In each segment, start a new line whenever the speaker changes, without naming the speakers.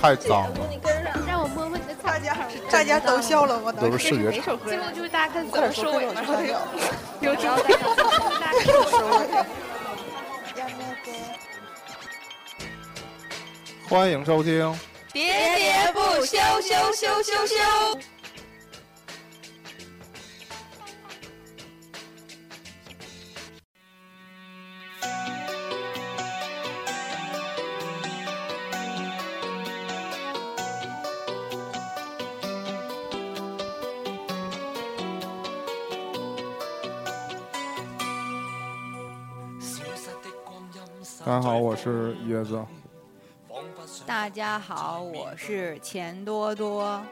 太脏了。
你跟上，
让我摸摸你的
大
彩
家
票。
大家都笑了，
嗯
我
都
都
是视觉场，
最后就是大家看怎么收尾嘛，
快点说
有主题，大家看
收尾。
欢迎收听。
喋喋不休，休休休休。
大家好，我是椰子。
大家好，我是钱多多。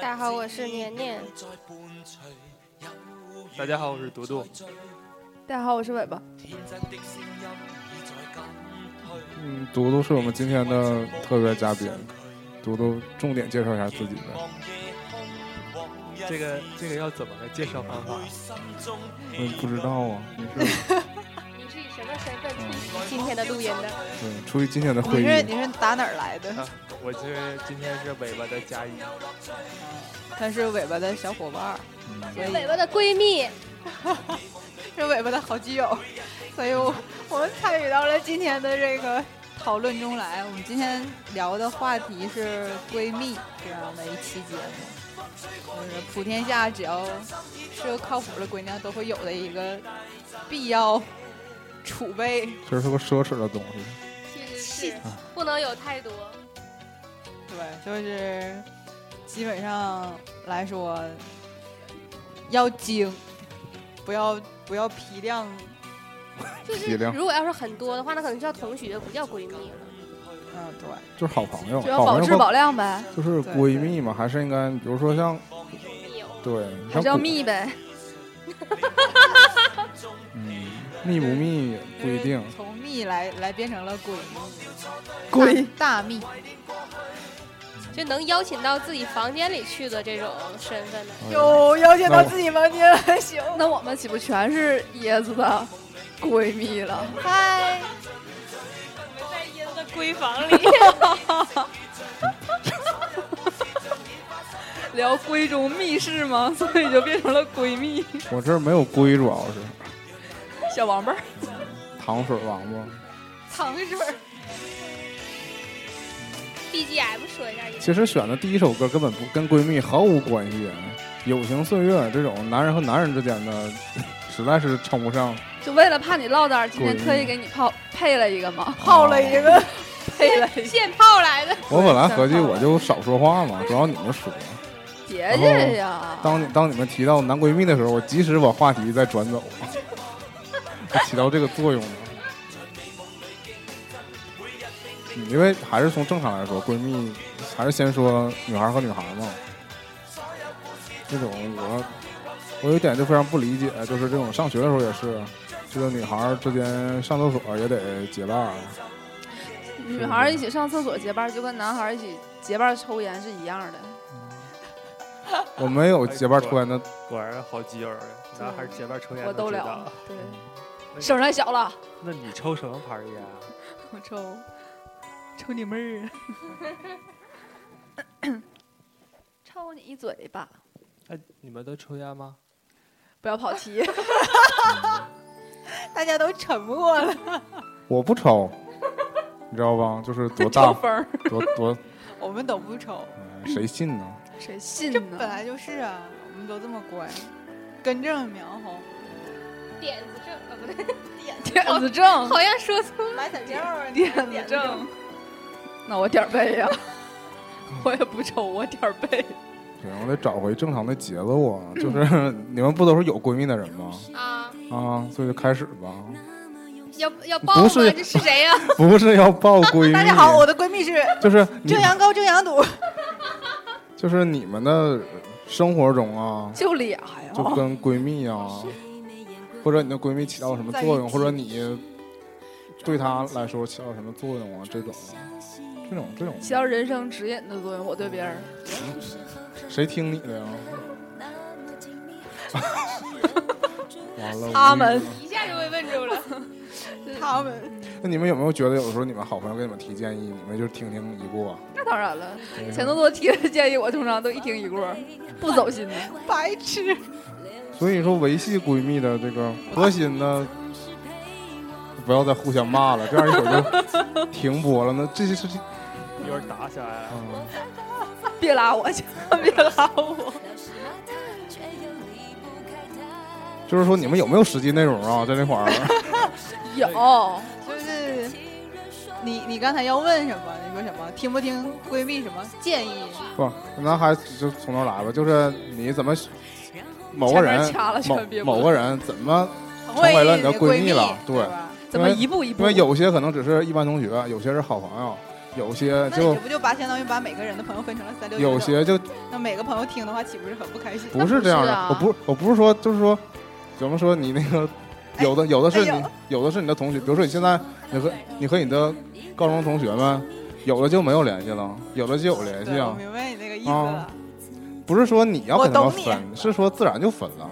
大家好，我是年年。
大家好，我是独独。
大家好，我是尾巴。
嗯，独独是我们今天的特约嘉宾。独独，重点介绍一下自己呗。
这个这个要怎么个介绍方法？
嗯，不知道啊，你是
你是以什么身份出席今天的录音的？
对，出于今天的会
你是
议，
你是打哪儿来的？
啊、我是今天是尾巴的加一，
他是尾巴的小伙伴儿，所以
尾巴的闺蜜，
是尾巴的好基友，所以我我们参与到了今天的这个
讨论中来，我们今天聊的话题是闺蜜这样的一期节目，就是普天下只要是靠谱的闺娘都会有的一个必要储备。
其实是个奢侈的东西。
其实是不能有太多。
对，就是基本上来说要精，不要不要批量。
就是
体谅
如果要是很多的话，那可能叫同学，不叫闺蜜了。
嗯，对。
就是好朋友，
就要
好
保
朋
质
友
保量呗，
就是闺蜜嘛，还是应该，比如说像
密友，
对，
还
像
是要
古
密呗，
嗯，密不密也不一定。
从密来来变成了闺蜜，
闺
大蜜，
哦
就能邀请到自己房间里去的这种身份的。
啊
有邀请
那
到
我
自己房间还行。
那我们岂不全是椰子的闺蜜了？
嗨，
在阴的闺房里，
聊闺中密事吗？所以就变成了闺蜜
我这儿没有龟，主要是
小王八儿。
糖水王八。
糖水儿
BGM 说一下也。
其实选的第一首歌根本不跟闺蜜毫无关系，《友情岁月》这种男人和男人之间的，实在是称不上。
就为了怕你落单儿，今天
闺蜜
特意给你泡配了一个嘛，
泡了一个，
配了一个
现泡来的，
我本来合计我就少说话嘛，主要你们说。
姐姐呀。
当你当你们提到男闺蜜的时候，我及时把话题再转走， 起到这个作用呢。嗯因为还是从正常来说，闺蜜还是先说女孩和女孩嘛。这种我我有一点就非常不理解，就是这种上学的时候也是，这个女孩之间上厕所也得结伴儿，
女孩儿一起上厕所结伴儿，就跟男孩儿一起结伴儿抽烟是一样的。
我没有结伴儿抽烟的，
果然好基友啊，男孩结伴抽烟
我
都
都
知
了
道。，
对，
那
声儿太小了，
那你抽什么牌儿的烟啊？
我抽，抽你妹儿啊！ 抽你一嘴巴！
哎，你们都抽烟吗？
不要跑 题，
大家都沉默了。
我不抽，你知道吧？就是多
抽
大
风儿，
多多，
我们都不抽，
嗯谁信呢？
谁信
这本
呢？
来就是啊，我们都这么乖，根正苗红，
点子正啊不对，
点子正，
好像说错。
买彩票啊，
点子正。那我点儿背呀、 我也不抽，我点儿背。
对，我得找回正常的节奏啊！就是 你们不都是有闺蜜的人吗？
啊，
啊，所以就开始吧，
要要报
不
吗？
是
这是谁呀、
不是要 抱闺蜜。
大家好，我的闺蜜是
就是你
蒸，羊羔、蒸羊肚，
就是你们的生活中啊，
就俩呀，
哦
就跟闺蜜啊，或者你的闺蜜起到什么作用，或者你对她来说起到什么作用啊？这种，这种，这种，
起到人生指引的作用。我对别人，
谁听你 的呀？完了，
他们
无语了
一下就被问住了。
他们
那你们有没有觉得有时候你们好朋友给你们提建议，你啊们就听听一过？
那当然了，钱多多提的建议，我通常都一听一过，不走心的。
白痴，
所以说维系闺蜜的这个核心呢，不要再互相骂了，这样一会儿就停播了。那这些事情，
一会儿打起来啊了。
嗯
别拉我去， 别拉我。
就是说你们有没有实际内容啊？在那 块儿，
有，
就是你你刚才要问什么？你说什么？听不听闺蜜什么建议？
不，咱还是就从头来吧，就是你怎么某个
前面
人
掐了
某
全别
某
播
个人怎么，
成
为了你的
的
闺蜜
蜜
了对
是吧
怎么一步一步？
因为有些可能只是一般同学，有些是好朋友，有些
那
就
你不就把相当于把每个人的朋友分成了三六九
有
等
些就
那每个朋友听的话，岂不是很不开心？
不是这样的。
那
我
不是啊
不我不是说就是说，怎么说你那个有的有的是你、
哎呦
有的是你的同学，比如说你现在你和你和你的高中同学们，有的就没有联系了，有的就有联系
对，我
啊。
明白你那个意思
啊
了。
不是说你要
我
跟他们
懂你
分，是说自然就分了。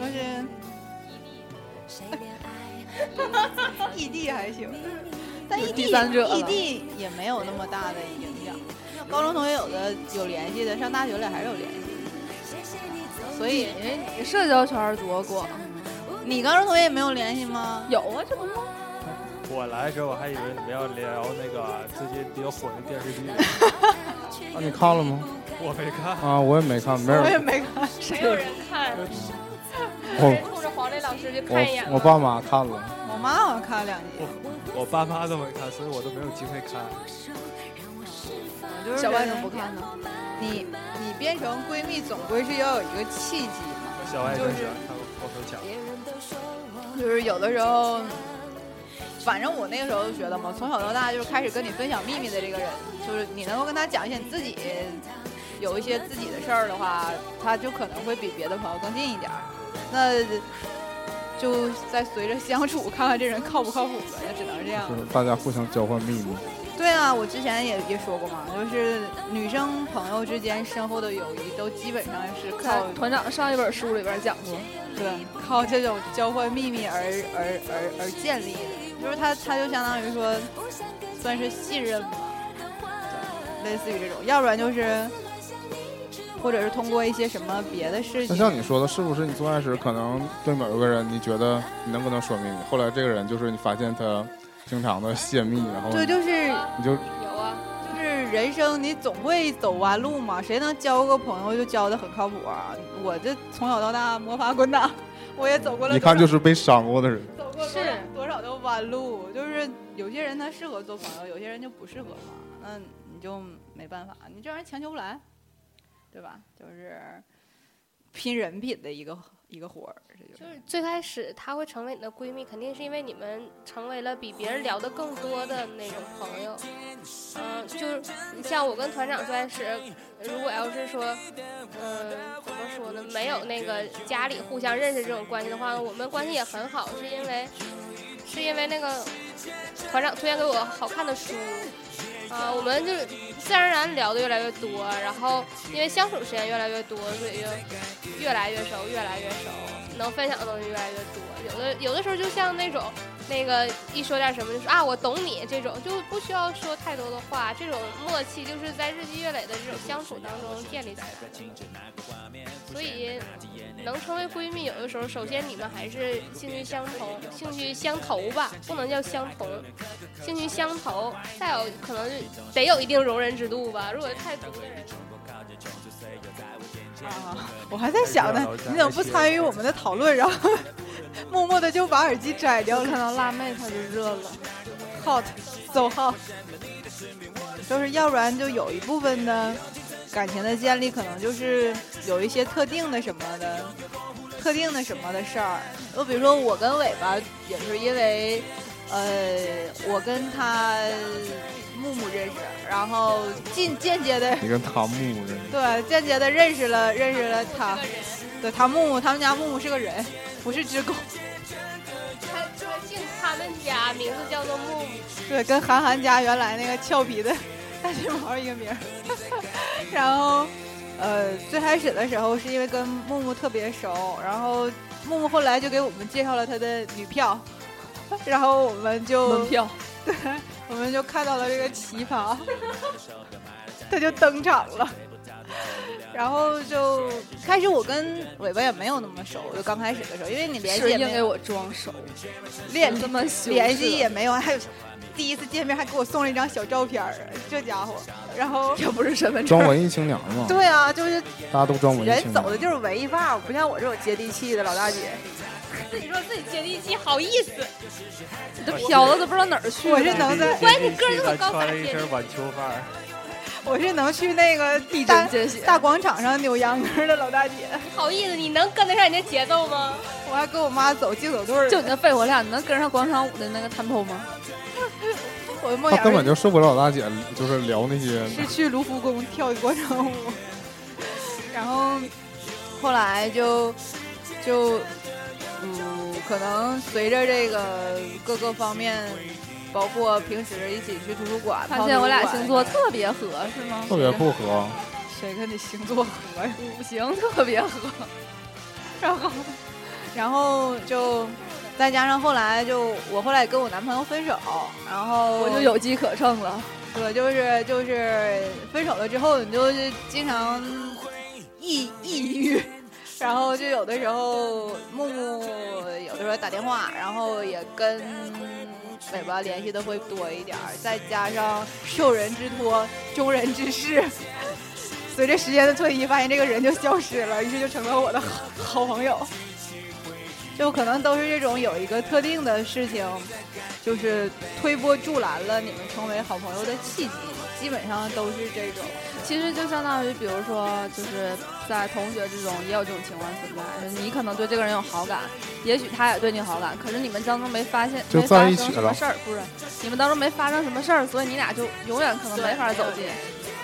但是异地还行，但
有
异地
第三者了
异地也没有那么大的影响。高中同学有的有联系的，上大学了还是有联系，所以
你社交圈儿多广？
你高中同学也没有联系吗？
有啊，这不是
我来的时候我还以为你们要聊那个最近比较火的电 视剧，
啊，你看了吗？
我没看。
啊，我也没看，没
哎我也
人，
没看，
没有人看，有人
我
冲着黄磊老师就看一眼
我
了。
我爸妈看了，
我妈好像看了两集。
我我爸妈都没看，所以我都没有机会看。
我就是
小
觉
外
得
甥不看呢。
你，你变成闺蜜总归是要有一个契机嘛。
我小外甥喜欢看光头强，
就是有的时候，嗯反正我那个时候就觉得嘛，从小到大就是开始跟你分享秘密的这个人，就是你能够跟他讲一些你自己有一些自己的事儿的话，他就可能会比别的朋友更近一点儿。那就再随着相处看看这人靠不靠谱吧，那只能是这样
就。是大家互相交换秘密。
对啊，我之前也也说过嘛，就是女生朋友之间深厚的友谊都基本上是靠
在团长上一本书里边讲过，
对，靠这种交换秘密而而而而建立的，就是他他就相当于说，算是信任吧，对类似于这种，要不然就是，或者是通过一些什么别的事
那
情，
像你说的，是不是你最开始可能对某一个人，你觉得你能跟他说秘密，后来这个人就是你发现他经常的泄密，然后
对，就是
你就
有啊，
就是人生你总会走弯路嘛，谁能交个朋友就交的很靠谱啊？我这从小到大摸爬滚打，我也走过了
一
多少
看就是被伤过的人。
走过多少
是
多少的弯路，就是有些人他适合做朋友，有些人就不适合嘛。那你就没办法，你这玩意儿强求不来，对吧？就是拼人品的一个一个活儿，这就
就是是最开始她会成为你的闺蜜，肯定是因为你们成为了比别人聊的更多的那种朋友。嗯、就是你像我跟团长最开始，如果要是说，嗯、怎么说呢，没有那个家里互相认识这种关系的话，我们关系也很好，是因为是因为那个团长推荐给我好看的书。啊、我们就是自然而然聊的越来越多，然后因为相处时间越来越多，所以就越来越熟，越来越熟，能分享的东西越来越多。有的有的时候就像那种，那个一说点什么就说啊我懂你这种，就不需要说太多的话，这种默契就是在日积月累的这种相处当中建立起来的。所以能成为闺蜜，有的时候首先你们还是兴趣相同，兴趣相投吧，不能叫相同，兴趣相投，再有可能就得有一定容忍之度吧。如果太毒的人。
啊，我还在想呢，你怎么不参与我们的讨论，然后 默默的就把耳机摘掉
要
了
看到辣妹她就热了。
hot so hot，就是要不然就有一部分的感情的建立，可能就是有一些特定的什么的，特定的什么的事儿。就比如说我跟伟吧，也是因为，呃，我跟他木木认识，然后进间接的。
你跟他木着，
对，间接的认识了认识了他，对他木木，他们家木木是个人，不是只狗。
他说姓他们家名字叫做木木，
对，跟韩寒家原来那个俏皮的大金毛一个名儿。 然后，呃，最开始的时候是因为跟木木特别熟，然后木木后来就给我们介绍了他的女票，然后我们就
门票，
我们就看到了这个奇葩， 他就登场了。然后就开始我跟尾巴也没有那么熟，就刚开始的时候，因为你联系
是
也
硬
没
给
有，
我装熟，
联
这么羞涩
联系也没有，还有第一次见面还给我送了一张小照片儿，这家伙，然 后
这不是身份证
装，文艺青年嘛，
对啊，就是
大家都装文艺青
人
年。
走的就是文艺范儿，不像我这种接地气的老大姐，
自己说自己接地气，好意思。
你都飘了都不知道哪儿去了。
我是能在，
关键个儿这么
他
高
穿
咋
了一
接地
身
气？
晚秋范儿，
我是能去那个
一针
大
见血，
大广场上扭秧歌儿的老大姐，
好意思，你能跟得上人家节奏吗？
我还跟我妈走竞走队儿呢，
就你那肺活量，你能跟上广场舞的那个 tempo 吗？
我的梦
他
想
根本
是
就受不了老大姐，就是聊那些
是去卢浮宫跳广场舞，然后后来就就嗯，可能随着这个各个方面，包括平时一起去图书馆，
发现我俩
泡图书
星
馆
座特别合，是吗？
特别不合。
谁跟你星座合呀？
五行特别合，
然后然后就再加上后来就我后来跟我男朋友分手，然后
我就有机可乘了。
对，就是就是分手了之后，你就是经常抑抑郁，然后就有的时候木木有的时候打电话，然后也跟尾巴联系的会多一点儿，再加上受人之托，忠人之事。随着时间的推移，发现这个人就消失了，于是就成了我的好好朋友。就可能都是这种有一个特定的事情，就是推波助澜了你们成为好朋友的契机，基本上都是这种。
其实就相当于，比如说，就是在同学之中也有这种情况存在，就是你可能对这个人有好感，也许他也对你有好感，可是你们当中没发现，
就
没发
在一
生
起
什
了
么事儿，不是，你们当中没发生什么事儿，所以你俩就永远可能没法走近。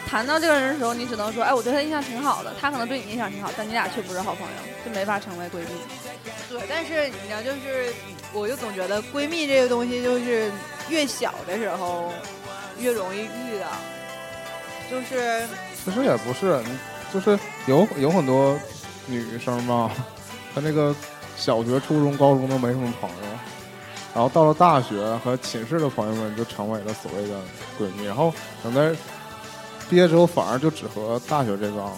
谈到这个人的时候，你只能说，哎，我对他印象挺好的，他可能对你印象挺好，但你俩却不是好朋友，就没法成为闺蜜。
对，但是你知道，就是我就总觉得闺蜜这个东西，就是越小的时候越容易遇到，就是
其实也不是，你就是有有很多女生吧，她那个小学、初中、高中都没什么朋友，然后到了大学和寝室的朋友们就成为了所谓的闺蜜，然后等在毕业之后反而就只和大学这帮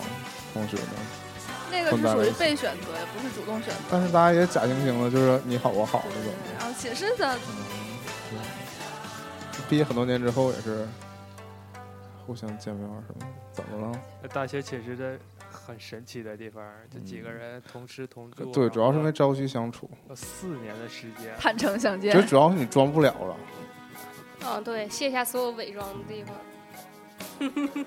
同学们，
那个是属于被选择，也不是主动选择。
但是大家也假惺惺的，就是你好我好那种的。
然后寝室的
毕业很多年之后也是互相见面儿是吧？怎么了？
大学寝室的很神奇的地方，这几个人同吃同住。
嗯对，主要是因为
然
朝夕相处，
后四年的时间，
坦诚相见
就，主要是你装不了了。
嗯，对，卸下所有伪装的地方，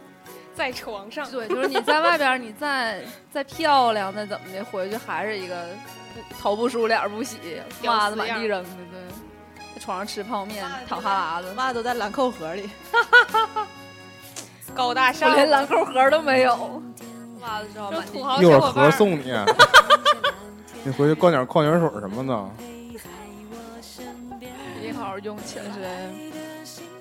在床 上。
对，就是你在外边儿，你再再漂亮的怎么的，回去还是一个不头不梳脸儿不洗，
屌
袜子
丝
满
样
地
儿
扔的，对，在床上吃泡面
袜，子
淌哈喇子，
袜子都在兰蔻盒里。
高大
我
上，
连兰蔻盒儿都没有， 袜子之后
就
满地
土。豪
一会
小
儿
伙伴
盒
儿。
送你， 你回去灌点矿泉水什么的。啊
你好好用起来，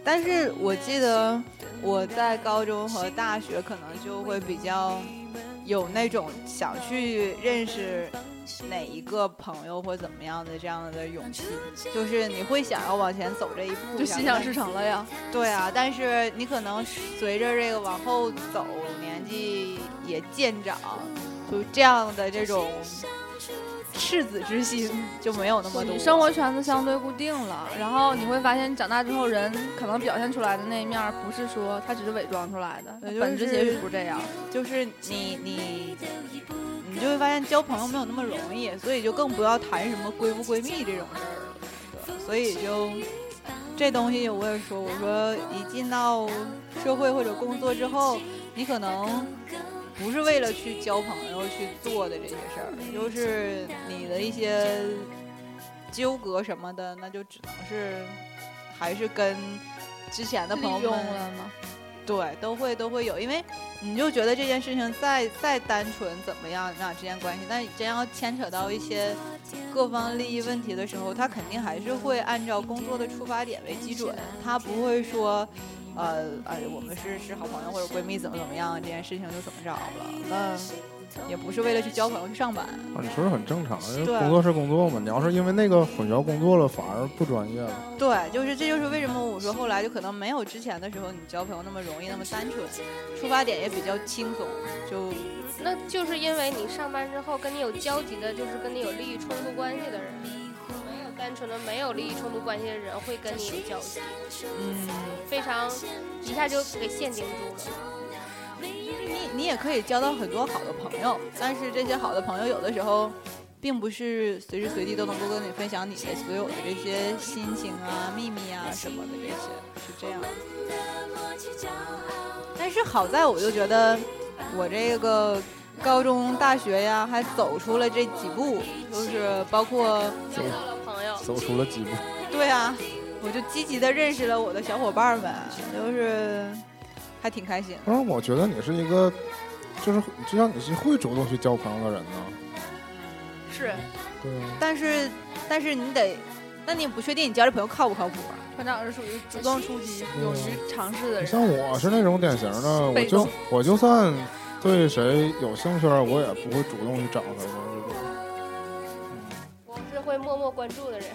但是我记得我在高中和大学可能就会比较有那种想去认识哪一个朋友或怎么样的这样的勇气，就是你会想要往前走这一步，
就心想
跟
事成了呀。
对啊，但是你可能随着这个往后走，年纪也渐长，就这样的这种赤子之心就没有那么多。
你生活圈子相对固定了，然后你会发现，你长大之后人可能表现出来的那一面儿，不是说他只是伪装出来的，
也就
本质
是
其实不是这样。
就是你你你就会发现交朋友没有那么容易，所以就更不要谈什么闺不闺蜜这种事儿了。对所以就这东西我也说，我说一进到社会或者工作之后，你可能不是为了去交朋友去做的这些事儿，就是你的一些纠葛什么的，那就只能是还是跟之前的
利
朋友
用
们
了吗？
对，都会都会有，因为你就觉得这件事情再再单纯怎么样，你俩之间关系，但真要牵扯到一些各方利益问题的时候，他肯定还是会按照工作的出发点为基准，他不会说，呃，哎，我们是是好朋友或者闺蜜怎么怎么样，这件事情就怎么着了，那
也不是为了去交朋友去上班。
啊，你说的很正常，因为
对
工作是工作嘛。你要是因为那个混淆工作了，反而不专业了。
对，就是这就是为什么我说后来就可能没有之前的时候你交朋友那么容易那么单纯，出发点也比较轻松，就
那就是因为你上班之后跟你有交集的，就是跟你有利益冲突关系的人，没有单纯的没有利益冲突关系的人会跟你有交集，
嗯，
非常一下就给陷阱住了。
你你也可以交到很多好的朋友，但是这些好的朋友有的时候。并不是随时随地都能够跟你分享你的所有的这些心情啊、秘密啊什么的，这些是这样的。但是好在我就觉得我这个高中、大学呀，还走出了这几步，就是包括
交到了朋友，
走出了几步，
对啊，我就积极的认识了我的小伙伴们，就是还挺开心。
但是我觉得你是一个，就是至少你是会主动去交朋友的人呢。
是
对啊，
但是，但是你得，那你也不确定你交这朋友靠不靠谱啊？
团长是属于主动出击、勇于尝试的
你
人。
像我是那种典型的，我
被
就
动
我就算对谁有兴趣了，我也不会主动去找他们。
我是会默默关注的人，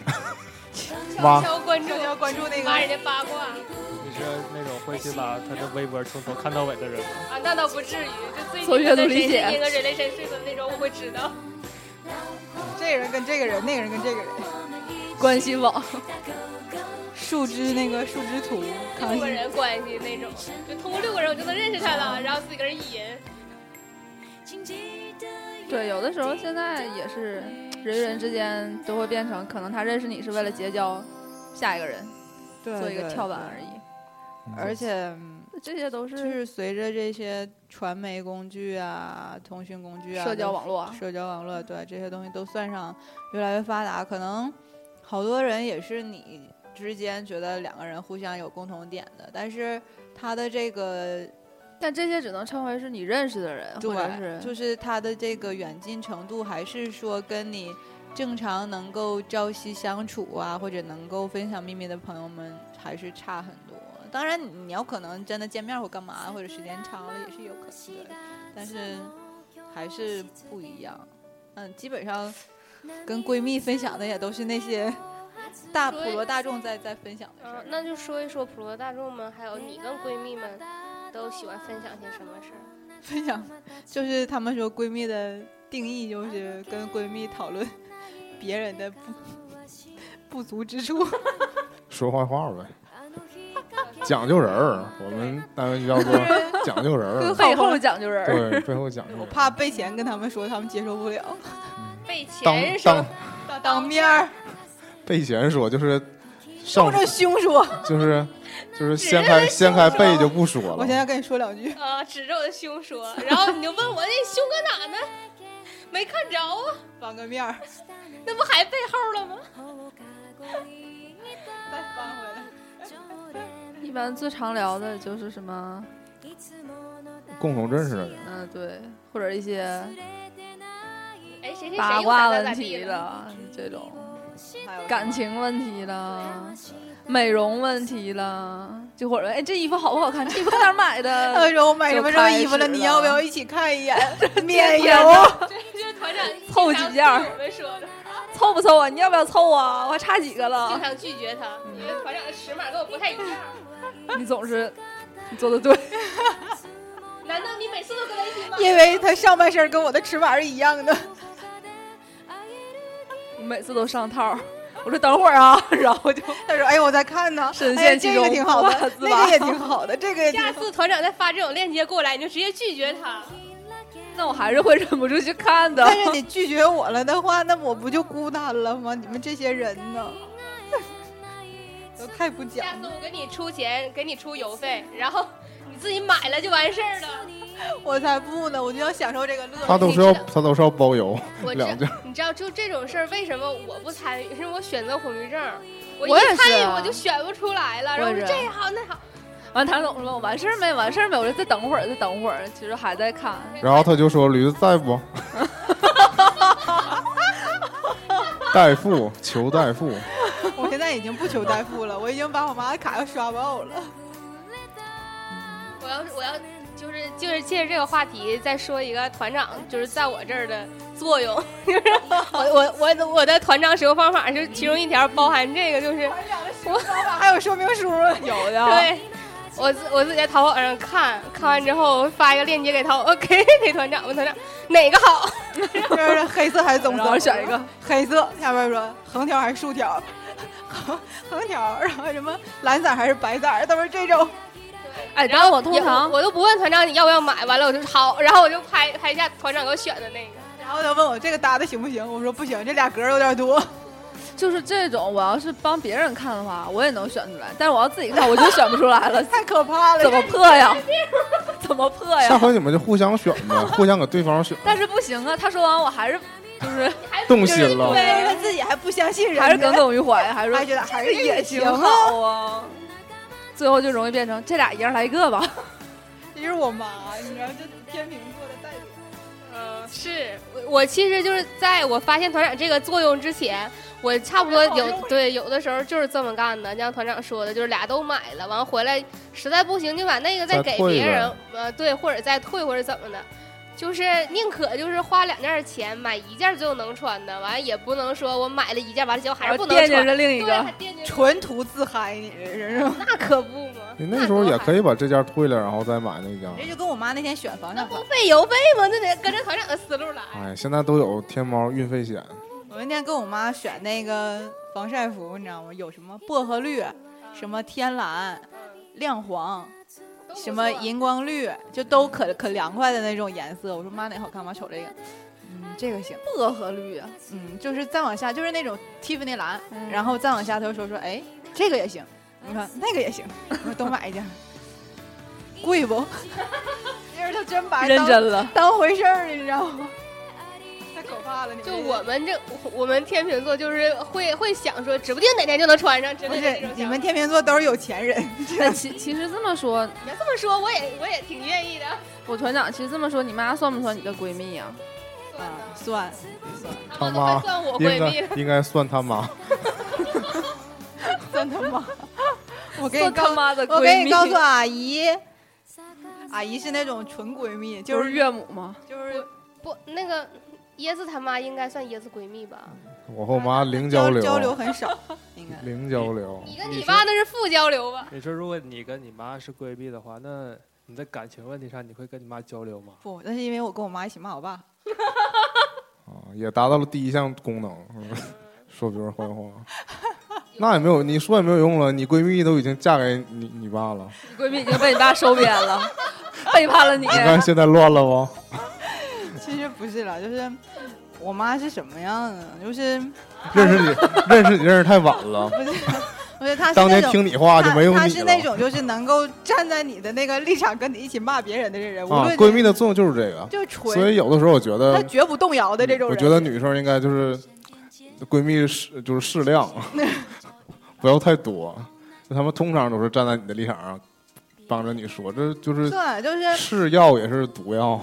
挖
悄关注，
要关注那
挖人家八卦
你是那种会去把他的微博从头看到尾的人吗？
啊，那倒不至于，就最近
从阅读
跟谁
理解
谁谁跟谁谁谁睡的那种，我会知道。
这个人跟这个人，那个人跟这个人，
关系网，
树枝那个树枝图，康
六个
熙
人关系那种，就通过六个人我就能认识他了，然后自己个人意淫。
对，有的时候现在也是人与人之间都会变成，可能他认识你是为了结交下一个人，
对
做一个
对
跳板
对
而已。
而且。嗯
这些都
就是是随着这些传媒工具啊、通讯工具啊、
社交
都、
网络啊。
社交网络，对这些东西都算上，越来越发达，可能好多人也是你之间觉得两个人互相有共同点的，但是他的这个
但这些只能称为是你认识的人，或者
对，
是
就是他的这个远近程度，还是说跟你正常能够朝夕相处啊，或者能够分享秘密的朋友们，还是差很多。当然，你你要可能真的见面或干嘛，或者时间长了也是有可能的，但是还是不一样。嗯，基本上跟闺蜜分享的也都是那些大普罗大众在在分享的事
嗯
儿，。
那就说一说普罗大众们，还有你跟闺蜜们都喜欢分享些什么事儿？
分享，就是他们说闺蜜的定义就是跟闺蜜讨论别人的不不足 之处。
嗯说坏话呗，讲究人儿。啊我们单位就叫做讲究人儿，啊
背后讲究人儿。
对，背后讲究人
我
儿。
怕背前跟他们说，他们接受不了。
被
当
前任
当
说，
当面儿
被嫌说就是上
或者凶说，
就是就是掀开掀开背就不说
我现在
了。
跟你说两句。
呃，指着我的胸说，然后你就问我那胸搁哪呢？没看着啊，
翻个面儿，
那不还背后了吗？
再翻回来。
一般最常聊的就是什么，
共同认识的人，
嗯、对，或者一些
哎，谁谁谁
八
又咋
卦
咋咋
问
地
题
了？
了，这种
还有
感情问题
啊
了，美容问题了，就或者哎这衣服好不好看，这衣服在哪儿买
他
的？
说我买什么什么衣服了，
就开始了
你要不要一起看一眼？ 免
天
邮。
这就是团长
凑几件儿
经常对我们说的，
凑不凑啊？你要不要凑啊？我还差几个
经
了？
常拒绝他，因为团长的尺码跟我不太一样。
你总是你做的对，
难道你每次都跟他一起吗？
因为他上半身跟我的尺码是一样的。
我每次都上套儿。我说等会儿啊， 然后就
他说：“哎，我在看呢，
深陷
哎
其
这个
中
挺好
不怕
的，
自
那
拔
个也挺好的，这个也挺好
下次团长再发这种链接过来，你就直接拒绝他。
那我还是会忍不住去看的。
但是你拒绝我了的话，那我不就孤单了吗？你们这些人呢，都太不讲
下
究
次。我给你出钱，给你出邮费，然后你自己买了就完事儿了。
我才不呢，我就要享受这个乐趣。
他都是要他都是要包邮
我知
两件，
你知道，就这种事儿，为什么我不参与？是我选择恐惧症。我
我也
一参与
是啊
我就选不出来了，然后
我
我
也
说
是啊
这好那好，
完，谭总说完事儿没？完事儿没？我说再等会儿，再等会儿。其实还在看，
然后他就说：“驴子在 不？”代付，求代付。
我现在已经不求代付了，我已经把我妈的卡要刷爆了。
我要我要就是就是借着这个话题再说一个团长，就是在我这儿的作用。
哦
我我我的我的团长使用方法就是其中一条包含这个，就是
还有说明书，
有的，
对，我自我自己在淘宝上看看完之后，我发一个链接给淘宝，给 给团长，问团长哪个好。
就是黑色还是棕
然后
色？
选一个
黑色，下边说横条还是竖条，横横条，然后什么蓝色还是白色，都是这种。
哎，
然
然
后
后我通
也
常
我都不问团长你要不要买，完了我就好，然后我就拍拍一下团长给我选的那个。
然后他问我这个搭的行不行，我说不行，这俩格儿有点多。，
就是这种，我要是帮别人看的话，我也能选出来，但是我要自己 看，我就选不出来了
太可怕了！
怎么破呀？ 怎么破
下
哎呀？
回你们就互相选呗，互相给对方选，
但是不行啊，他说完我还是就是
动心了。
对他自己还不相信人家，
还是耿耿于怀，还是
还觉得还是也 行
挺
啊。
好啊。最后就容易变成这俩一样来一个吧。
这就是我妈，你知道，这天秤座的代表。
嗯，是我我其实就是在我发现团长这个作用之前，我差不多
哦
有对有的时候就是这么干的，像团长说的，就是俩都买了，完回来实在不行就把那个再
再
给
退
别
呗
人，呃，对，或者再退或者怎么的，就是宁可就是花两件钱买一件最后能穿的，完也不能说我买了一件完了结果还是不能
惦记
穿，
啊着另一
对，
个
还，惦记着
纯图自嗨，你这是
那可不嘛，
你那时候
多
也
好
可以把这件退了，然后再买那
这
件。
就跟我妈那天选房
那
产
不
房，
费邮费吗？那得跟着团长的思路来。
哎，现在都有天猫运费险，
我那天跟我妈选那个防晒服，你知道吗？有什么薄荷绿，什么天蓝、亮黄，
都不
什么
错
荧光绿，就都可可凉快的那种颜色。我说妈哪好看，妈瞅这个，嗯，这个行，
薄荷绿啊，
嗯，就是再往下就是那种蒂芙尼蓝，
嗯
然后再往下他又说说，哎，这个也行，你看那个也行，我说都买一件，贵不？ 今儿他真把
认真 了。
当当回事儿了，你知道吗？太可怕了，你
就我们这，我我们天秤座就是会会想说，指不定哪天就能穿上之
不
类
是
的这种
你
想
们
法。
天秤座都是有钱人，
但其其实这么说，
你要这么说，我也我也挺愿意的。
我团长其实这么说，你妈算不算你的闺蜜呀、
啊，算算
他
他
们都快
妈
算我
应
闺蜜了
该。应该算他妈。
算他 妈，我给你
算
告
他
诉，
妈的闺蜜？
我给你告诉阿姨，阿姨是那种纯闺蜜，就
不是
是
岳母吗？
就是
不，那个椰子他妈应该算椰子闺蜜吧？
我和我妈零
交
流，啊
交流很少，应该。
零交流。
你跟
你
你
说
妈那是负交流吧？
你说如果你跟你妈是闺蜜的话，那你在感情问题上你会跟你妈交流吗？
不，那是因为我跟我妈一起骂我爸。
啊，也达到了第一项功能，说别人坏话。那也没有，你说也没有用了。你闺蜜都已经嫁给你你爸了，
你闺蜜已经被你爸收编了，背叛了你。
你看现在乱了吧？
其实不是啦，就是我妈是什么样的？就是
认识你，认识你认识太晚了。
我觉得她是
当
那
年
种，
听你话就没用你了。啊
她是那种就是能够站在你的那个立场跟你一起骂别人的这人，无
啊
论，
闺蜜的作用就是这个。
就
所
纯，
以有的时候我觉
她
得，
绝不动摇的这种
我
人。
觉得女生应该就是闺蜜适就是适 量，不要太多。就她们通常都是站在你的立场上帮着你说，这就是
对，啊就是
是药也是毒药。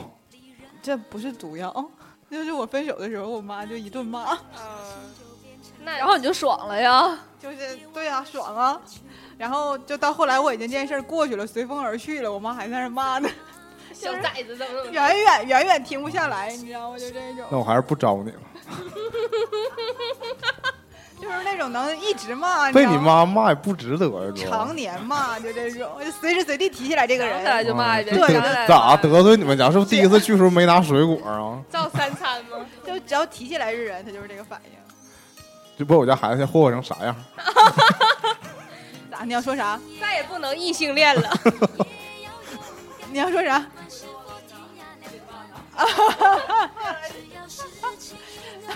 这不是毒药。 就是我分手的时候，我妈就一顿骂， 啊
那
然后你就爽了呀？
就是对啊，爽啊。然后就到后来，我已经这件事儿过去了，随风而去了。我妈还在那儿骂呢，
小崽子怎么怎么？
远远远远停不下来，你知道吗？就这种。
那我还是不招你了。
就是那种能一直骂，
被
知
你
道
妈
吗
骂也不值得，是吧
常？年骂，就这种，就随时随地提起来这个
想起来
人。
就骂一遍，
对
想起来就
咋
骂一遍
啊得罪你们家？是不是第一次去时候没拿水果啊？
造三餐吗？
就只要提起来这人，他就是这个反应。
就把我家孩子先霍霍成啥样？
咋？你要说啥？
再也不能异性恋了。
你要说啥？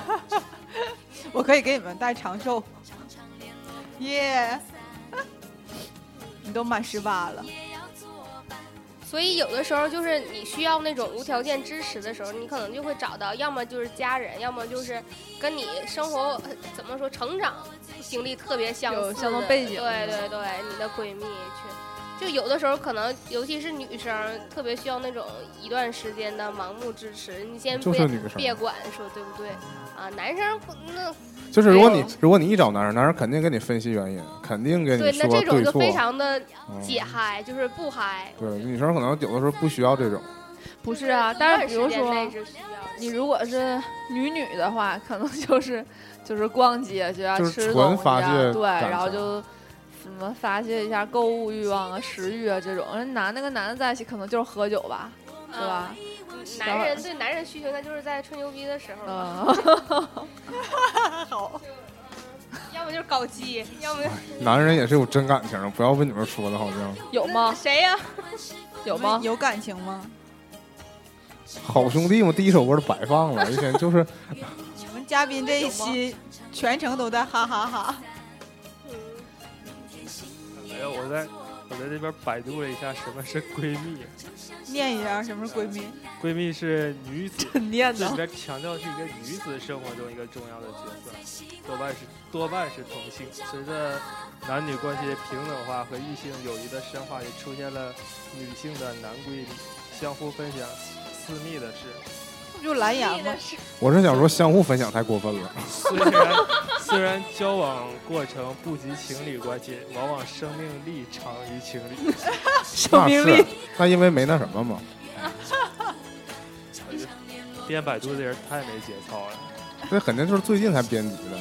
我可以给你们带长寿，耶、你都满十八了，
所以有的时候就是你需要那种无条件支持的时候，你可能就会找到，要么就是家人，要么就是跟你生活呃怎么说成长经历特别相
有
似
相同
的
背景
对对对，你的闺蜜去，就有的时候可能尤其是女生特别需要那种一段时间的盲目支持，你先
就
别
是女生
别管说对不对啊？男生那
就是如果你
没有
如果你一找男人，男人肯定给你分析原因，肯定跟你
对，
说
那这种就
错。
非常的
嗯
解嗨，就是不嗨。
对，女生可能有的时候不需要这种。
不是啊，但是比如说
是需要
你如果是女女的话，可能就是就是逛街去啊，
就是
吃
纯
东西
发
啊，
泄
对，
感
然后
情
就什么发泄一下购物欲望啊、食欲啊这种。人男的跟男的在一起，可能就是喝酒吧，是吧？
男人对男人需求，那就是在吹牛逼的时候了，
嗯， 嗯
要么就是搞基，要么就
男人也是有真感情的，不要被你们说的好像
有吗？
谁呀？
有
有
吗？
有感情吗？
好兄弟嘛。第一首歌都白放了，一天就是
我们嘉宾这一期全程都在哈哈哈
嗯
没有，我在我在这边百度了一下什么是闺蜜，
念一下什么是闺蜜，
闺蜜是女子，
念
这里边强调是一个女子生活中一个重要的角色，多半是多半是同性。随着男女关系的平等化和异性友谊的深化，也出现了女性的男闺蜜，相互分享私密的事。
不 就蓝颜吗？
我是想说相互分享太过分了。
虽然 虽然交往过程不及情侣关系，往往生命力长于情侣。
那是那因为没那什么嘛。
编百度的人太没节操了。
这肯定就是最近才编辑的，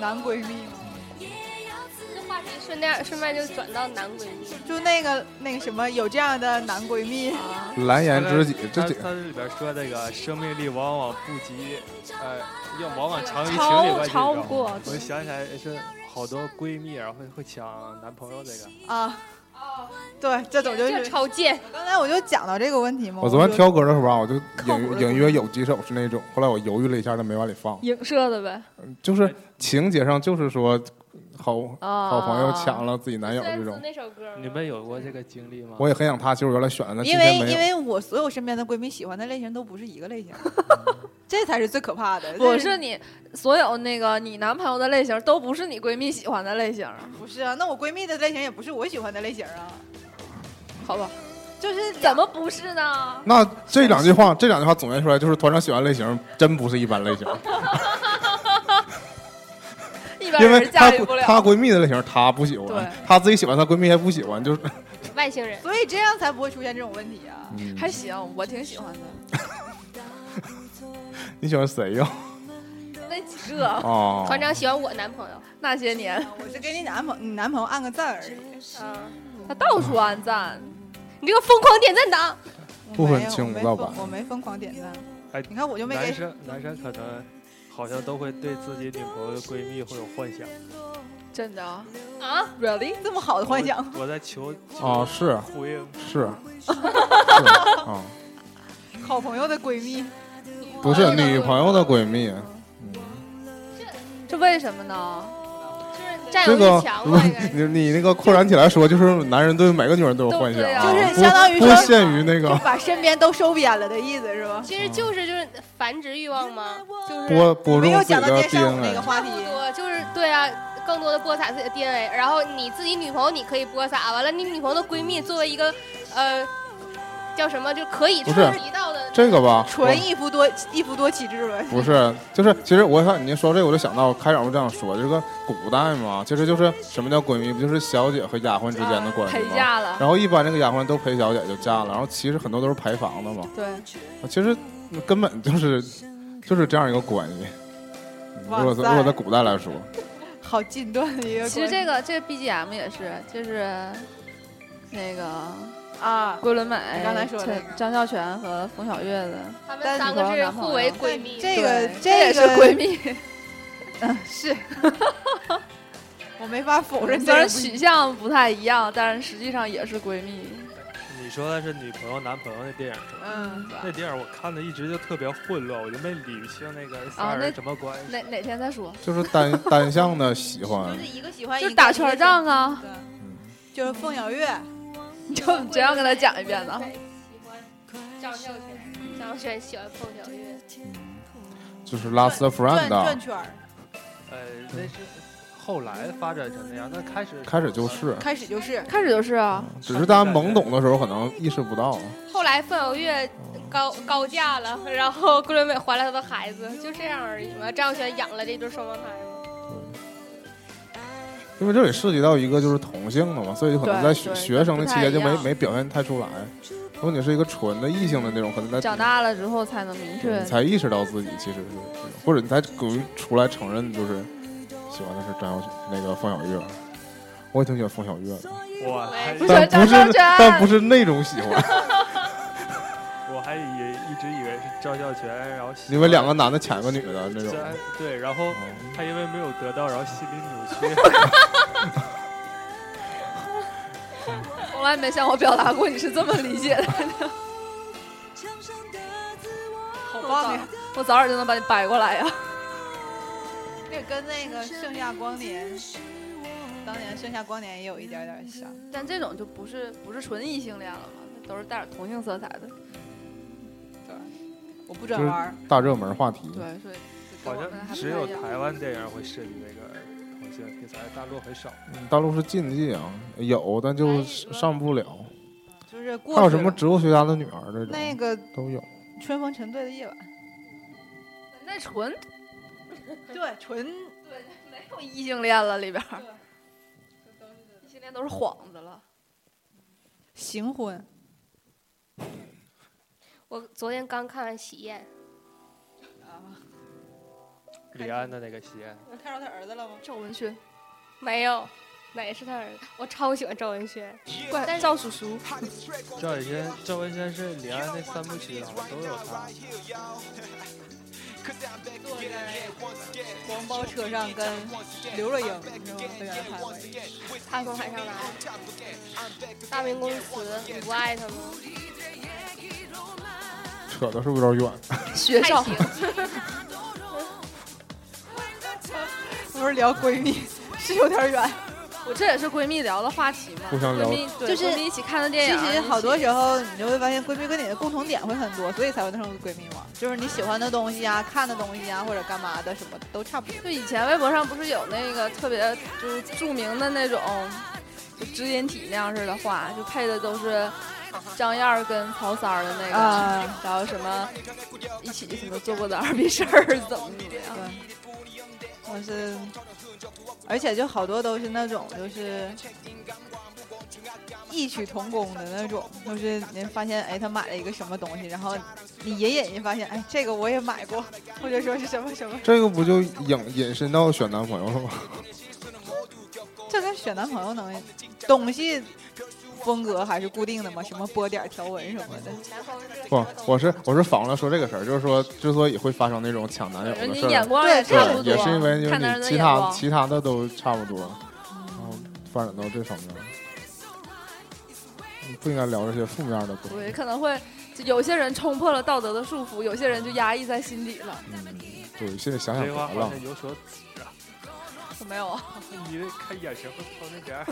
男闺蜜吗？
这话题顺带顺便就转到男闺蜜，
就那个那个什么，有这样的男闺蜜，
蓝颜知己，这
他
姐
他这里边说这个生命力往往不及，呃，要往往长于情侣
超
关
超
系。你知道吗
过
我就想起来是好多闺蜜，然后会会抢男朋友这个。
啊，对，这种就是
这超贱，
刚才我就讲到这个问题嘛。
我昨天
就
挑歌的时候啊吧，我就
靠
隐
谱的
隐约有几首是那种，后来我犹豫了一下，但没往里放。
影射的呗
就是情节上就是说，好
啊！
好朋友抢了自己男友
孙
这
子
种，
那首歌吗，
你们有过这个经历吗？
我也很想他，其实我原来选的，但今
因为
天没
因
有。
为我所有身边的闺蜜喜欢的类型都不是一 个类型，这才是最可怕的。
不
这
是你所有那个你男朋友的类型都不是你闺蜜喜欢的类型，
不是啊？那我闺蜜的类型也不是我喜欢的类型啊，
好吧？
就是
怎么不是呢？
那这两句话，这两句话总结出来就是团长喜欢类型真不是一般类型，
一般
因为
人驾
她
驭不
闺
了。
她闺蜜的类型她不喜欢
对，
她自己喜欢她闺蜜还不喜欢，就是
外星人，
所以这样才不会出现这种问题啊。
嗯
还行，我挺喜欢的。
你喜欢谁呀？
那几个
啊，
团长喜欢我男朋友，
那些年，
我是给你男朋你男朋友按个赞而已，
嗯，
他到处按赞，
你这个疯狂点赞党，
我
不分
没有
青红
我没
皂
疯
白
我没疯狂点赞。
哎
你看我就没
男
给，
生男生可能好像都会对自己女朋友的闺蜜会有幻想。
真的啊
啊，
，really？
这么好的幻想，哦
我我在求
啊
求
是
呼应。
是是啊，
好朋友的闺蜜，
不是女朋友的闺蜜。嗯
这为什么呢？
就是占
这
有
个
欲强
如果
嘛，应该 是
你你那个扩展起来说，就是男人对每个女人都有
都
幻想
对
啊，
啊
就是
不
相当于
不
说
限于那
就
个
把身边都收编了的意思是吧？
其实就是就是繁殖欲望嘛，就是
播播种
没有
自己
讲到今
的
天上午那
DNA
个。话题，
多就是对啊，更多的播撒自己的 DNA，然后你自己女朋友你可以播撒，完了你女朋友的闺蜜作为一个呃叫什么就可以触
不是
及到的，
这个吧，
纯一夫多一夫多妻制呗。
不是，就是其实我看你说这个，我就想到开场不这样说，这个古代嘛，其实就是什么叫闺蜜，不就是小姐和丫鬟之间的关系
啊陪
吗？
嫁了，
然后一般这个丫鬟都陪小姐就嫁了，然后其实很多都是陪房的嘛，啊
对，
其实根本就是就是这样一个关系。嗯
哇
如果在
塞
如果在古代来说，
好近段的一个关系。
其实这个这个 BGM 也是，就是那个
啊，
桂纶镁
你、刚才说的
陈张孝全和冯小月的，
她们三个是互为闺蜜，
这个
对
这
也
个嗯
是闺 蜜，
是，我没法否认
虽
这
然
个
取向不太一样，但是实际上也是闺蜜。
你说的是女朋友男朋友的电影是吧？
嗯，
那电影我看的一直就特别混乱，我就没理清那个
哦
仨
那
人什么关系。
哪哪天再说，
就是单单向的喜欢嗯
就是，一 个喜欢一
就
个
是打圈儿仗，啊，
对就是凤小岳，
你就真要跟他讲一遍呢。
张孝全，张孝全喜欢凤小岳，
嗯就是 last
转
friend 啊
转圈儿，
呃，那是后来发展成那样，那开始
开始就是，
开始就是
开始就是啊，
只是大家懵懂的时候可能意识不到。啊
后来凤小岳高高嫁了，然后桂纶镁怀了她的孩子，就这样而已嘛。张孝全养了这对双胞胎嘛，
因为这里涉及到一个就是同性的嘛，所以可能
对
在学
对
学生的期间就没
不太一样
没表现太出来。如果你是一个纯的异性的那种，可能在
长大了之后才能明确
你。才意识到自己其实是，或者你才敢于出来承认，就是喜欢的是张小那个冯小月。我也挺喜欢冯小月的，
我还
不是
但不
张
是
小泉
但不是那种喜欢。
我还以一直以为是赵孝全，然后
你们两个男的抢一个女的那种
虽。然对，然后
嗯
他因为没有得到，然后心里 扭曲。
从来没向我表达过你是这么理解的。 好棒呀！我早点就能把你掰过来呀。
这跟那个盛夏光年，当年盛夏光年也有一点点像。
但这种就不是不是纯异性恋了嘛，都是带点同性色彩的。
我不转弯儿，
大热门话题。
对，所以就
好
跟我们
像
还不
只
太
有
一样
台湾电影会涉及那个同性题材，大陆很少。
嗯大陆是禁忌啊，有但
哎
就上不了。
就是过
还有
去
什么
了
植物学家的女儿这种，
那个《
都有。
春风沉醉的夜晚
那纯》，
对，纯
没有异性恋了里边儿。异性恋都是幌子了，
行婚。
我昨天刚看完《喜宴
李安的那个戏，
啊看着他儿子了吗？
赵文轩，》，
没有，哪个是他儿子？我超喜欢赵文轩，
怪赵叔叔，
赵文轩，赵文轩是李安那三部曲好像都有他。
坐在黄包车上跟刘若英，你知道吗？在原来拍过一个
他从海上来，大明宫词，你不爱他吗？
扯的是不是有点远？
学
还
少，
行，
不是聊闺蜜， 是有点远。
我这也是闺蜜聊的话题嘛，
互相聊
闺蜜对
就是
闺蜜一起看的电影，
啊其实好
一
多
起
时候你就会发现闺蜜跟你的共同点会很多，所以才会弄成闺蜜网。就是你喜欢的东西啊、看的东西啊，或者干嘛的什么的都差不多。
就以前微博上不是有那个特别就是著名的那种，就知音体那样式的话，就配的都是张燕儿跟曹三儿的那个，
啊
然后什么一起什么做过的二逼事儿， 怎么怎么样。
对，我是，而且就好多都是那种就是异曲同工的那种，就是你发现哎他买了一个什么东西，然后你隐隐就发现哎这个我也买过，或者说是什么什么，
这个不就引引申到选男朋友了吗？
这跟选男朋友能东西风格还是固定的嘛，什么波点儿条纹什么的。
不，我是我是反过来说这个事儿，就是说之所以会发生那种抢男友
人
的
你
事
眼
儿，
光也
对
差不多，啊
对，也是因为就是
看男人
你
的
其
眼
他
光。嗯
其他的都差不多，然后发展到这方面，你不应该聊这些负面的东
对，
西。
可能会就有些人冲破了道德的束缚，有些人就压抑在心底了。
嗯，对，现在想想
这
得
话啊好
了，
像有所指啊，
我没有啊，
你得看眼神会飘那边 儿。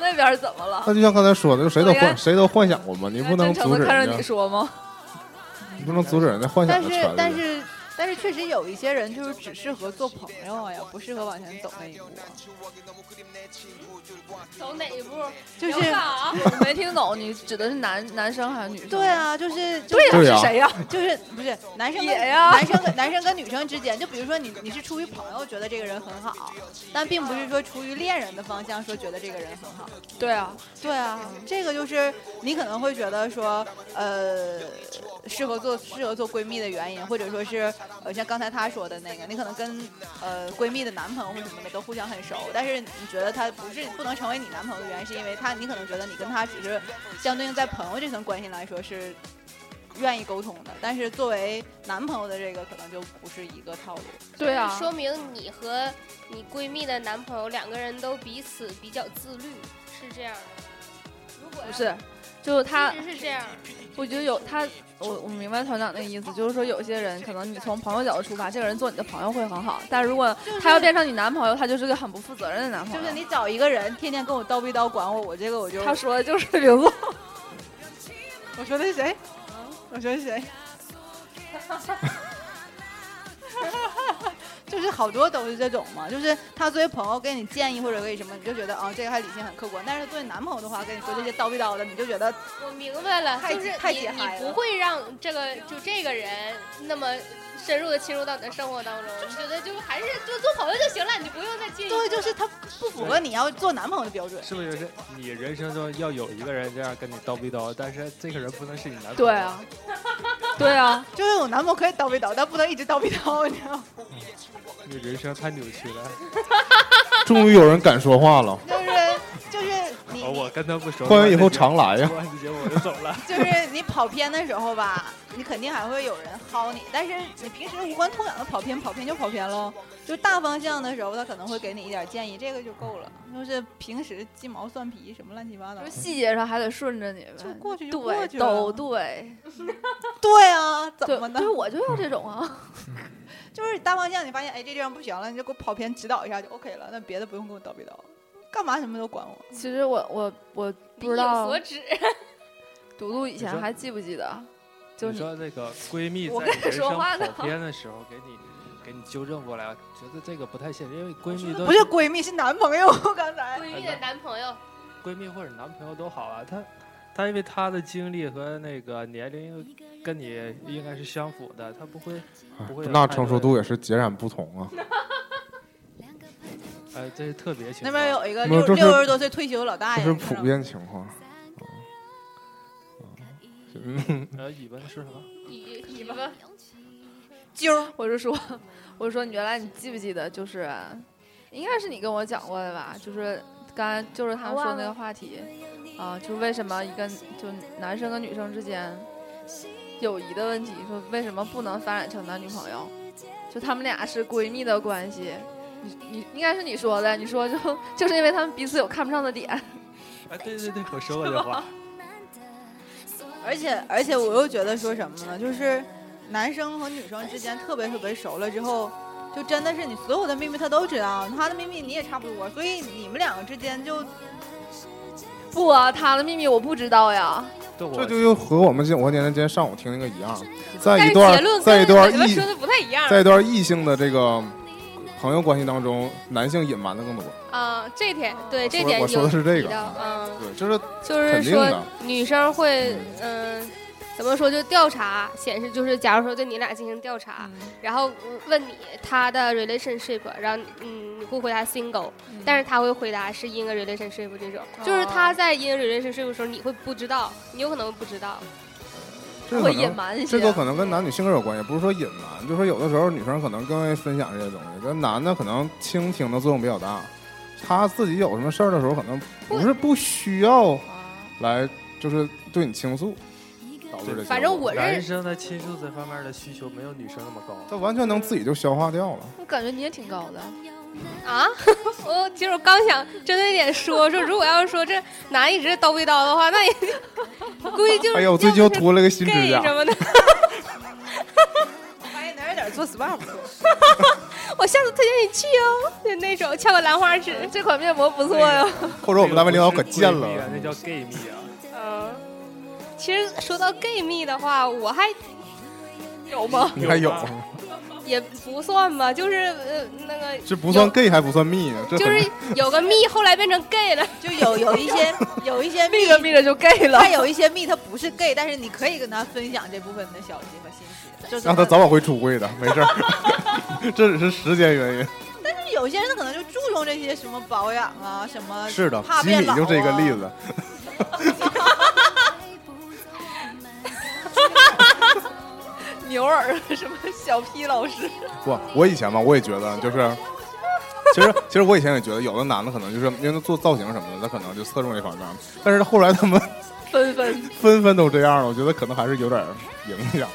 那边儿怎么了？
那就像刚才说的，就谁都
我该
幻谁都幻想过嘛，你不能
真诚
阻止
的看
人
着你
家，
说吗？
你不能阻止人家幻想
但
的
是
权利。
但是但是确实有一些人就是只适合做朋友啊，呀，不适合往前走那一步啊，
走哪一步？
就
聊
是
啥啊
我没听懂，你指的是男男生还是女生？
对，啊，就是就
对呀、
是
对呀
是谁呀、
就是不是男生跟
也呀
男生跟男生跟女生之间，就比如说你你是出于朋友觉得这个人很好，但并不是说出于恋人的方向说觉得这个人很好。
对啊，
对啊，这个就是你可能会觉得说，呃，适合做适合做闺蜜的原因，或者说是呃像刚才她说的那个，你可能跟呃闺蜜的男朋友或什么的都互相很熟，但是你觉得他不是不能成为你男朋友的原因，是因为他你可能觉得你跟他只是相对应在朋友这层关系来说是。呃愿意沟通的，但是作为男朋友的这个可能就不是一个套路。
对啊，
说明你和你闺蜜的男朋友两个人都彼此比较自律，是这样的。如果
不
要
是，就是他，
一直是这样，
我觉得有他，我我明白团长那个意思，就是说有些人可能你从朋友角度出发，这个人做你的朋友会很好，但如果
就是
他要变成你男朋友，他就是个很不负责任的男朋
就
友。
是你找一个人天天跟我叨逼叨管我，我这个我就
他说的就是名 字，
我说的是谁？ 我说的是谁？就是好多都是这种嘛，就是他作为朋友给你建议或者给你什么，你就觉得啊、这个还理性很客观，但是作为男朋友的话，跟你说这些叨逼叨的，你就觉得
我明白了，
太
就是
解太
你
解嗨
你不
了
会让这个就这个人那么深入的侵入到你的生活当中，你觉得就还是就做朋友就行了，你不用再介意。
对，就是他不符合你要做男朋友的标准。
是不是就是你人生中要有一个人这样跟你叨逼叨，但是这个人不能是你男朋友？
对啊，对啊，
就是我男朋友可以叨逼叨，但不能一直叨逼叨，你知道吗？
你人生太扭曲了。
终于有人敢说话了，
就是就是 你
哦，我跟他不熟。
欢迎以后常来呀
说。完这节目我就走了。
就是你跑偏的时候吧， 你肯定还会有人薅你，但是你平时无关痛痒的跑偏，跑偏就跑偏喽。就大方向的时候，他可能会给你一点建议，这个就够了。就是平时鸡毛蒜皮什么乱七八糟
就，是细节上还得顺着你呗，
就过去就过
对，
去
都
了。
对，
对啊，怎
对
么，的
对，？我就要这种 啊，
就是大方向，你发现哎这地方不行了，你就给我跑偏指导一下就 OK 了，那别的不用跟我叨逼叨，干嘛什么都管我。
其实我我我
你
不
有
知道，
所指，
嘟嘟以前
你说
还记不记得？就
你
是
说那个闺蜜
我
在
跟
你
你
人
说
生
话呢
跑偏的时候，给你给你纠正过来，觉得这个不太现实，因为闺蜜都
不是闺蜜，是男朋友。 刚才
闺蜜的男朋友，
闺蜜或者男朋友都好啊，她她因为她的经历和那个年龄跟你应该是相符的，她不会不会有
那
太
成熟
多
度也是截然不同啊！
的，呃，这是特别情
那
况。
边有一个
没有
六
这是
六十多岁退休老大
这
爷，
是
你看
普
到吗
遍情况。嗯，
呃，语文是什么？
你你吧，
揪儿
我就说，我就说你原来你记不记得？就是应该是你跟我讲过的吧？就是刚才就是他说那个话题啊，就是为什么一个就男生跟女生之间友谊的问题，说为什么不能发展成男女朋友？就他们俩是闺蜜的关系。你你应该是你说的，你说就就是因为他们彼此有看不上的点，
哎，对对对，我说过这话。
而且而且我又觉得说什么呢？就是男生和女生之间特别特别熟了之后，就真的是你所有的秘密他都知道，他的秘密你也差不多，所以你们两个之间就
不啊，他的秘密我不知道呀。
对，我
这就又和我们今我和年年今天上午听那个一样，在一
但是
段
结论
在一
跟
段
你们
异
说的不太一样。
在一段异性的这个朋友关系当中，男性隐瞒的更多。
啊、这点对这
我
点
我说的是这
有提
个，
到嗯。
对，就是
就是
肯定的
说女生会，嗯、怎么说就调查显示，就是假如说对你俩进行调查，然后嗯问你他的 relationship，然后嗯你会回答 single，、但
嗯
是他会回答是 in a relationship 这种，
哦
就是他在 in a relationship 的时候你会不知道，你有可能不知道，
这个
会
可
隐
能
瞒一些。
这
啊
个可能跟男女性格有关系，不是说隐瞒，就是说有的时候女生可能更愿意分享这些东西，但男的可能倾听的作用比较大，他自己有什么事儿的时候，可能不是不需要来就是对你倾诉，导致这。
反正我
男
认
生在亲属这方面的需求没有女生那么高。
他完全能自己就消化掉了。
我感觉你也挺高的，
啊， 我其实我刚想针对一点说说，如果要是说这男一直叨逼叨的话，那也估计就是
哎呀，我最近又秃了个新
gay
指甲
什，么的。
哎哪有点 做 SPA 不错，
我下次推荐你去哦，就那种翘个兰花指，
这款面膜不错
哎
呀。
或者我们单位领导可贱了
那个不是闺蜜啊，那叫 gay 蜜啊。
嗯， 其实说到 gay 蜜的话，我还有吗？
你还有
有吧，
也不算吧，就是呃那 个
这不算 gay 还不算蜜啊呢，这
就
很
是有个蜜，后来变成 gay 了。
就有有 一些有一些密
闭着闭着就 gay 了
他。有一些密他不是 gay，但是你可以跟他分享这部分的消息和信息，就是
让他早晚会出柜的，没事儿， 这只是时间原因。
就是有些人他可能就注重这些什么保养啊，什么
呃
是的
怕，
吉
变
米
老
就这个
啊
例子。
牛耳什么小 P 老师，
不，我以前吧，我也觉得 就是，其实其实我以前也觉得，有的男的可能就是因为他做造型什么的，他可能就侧重这方面。但是后来 他们
纷纷
纷纷都这样了，我觉得可能还是有点影响，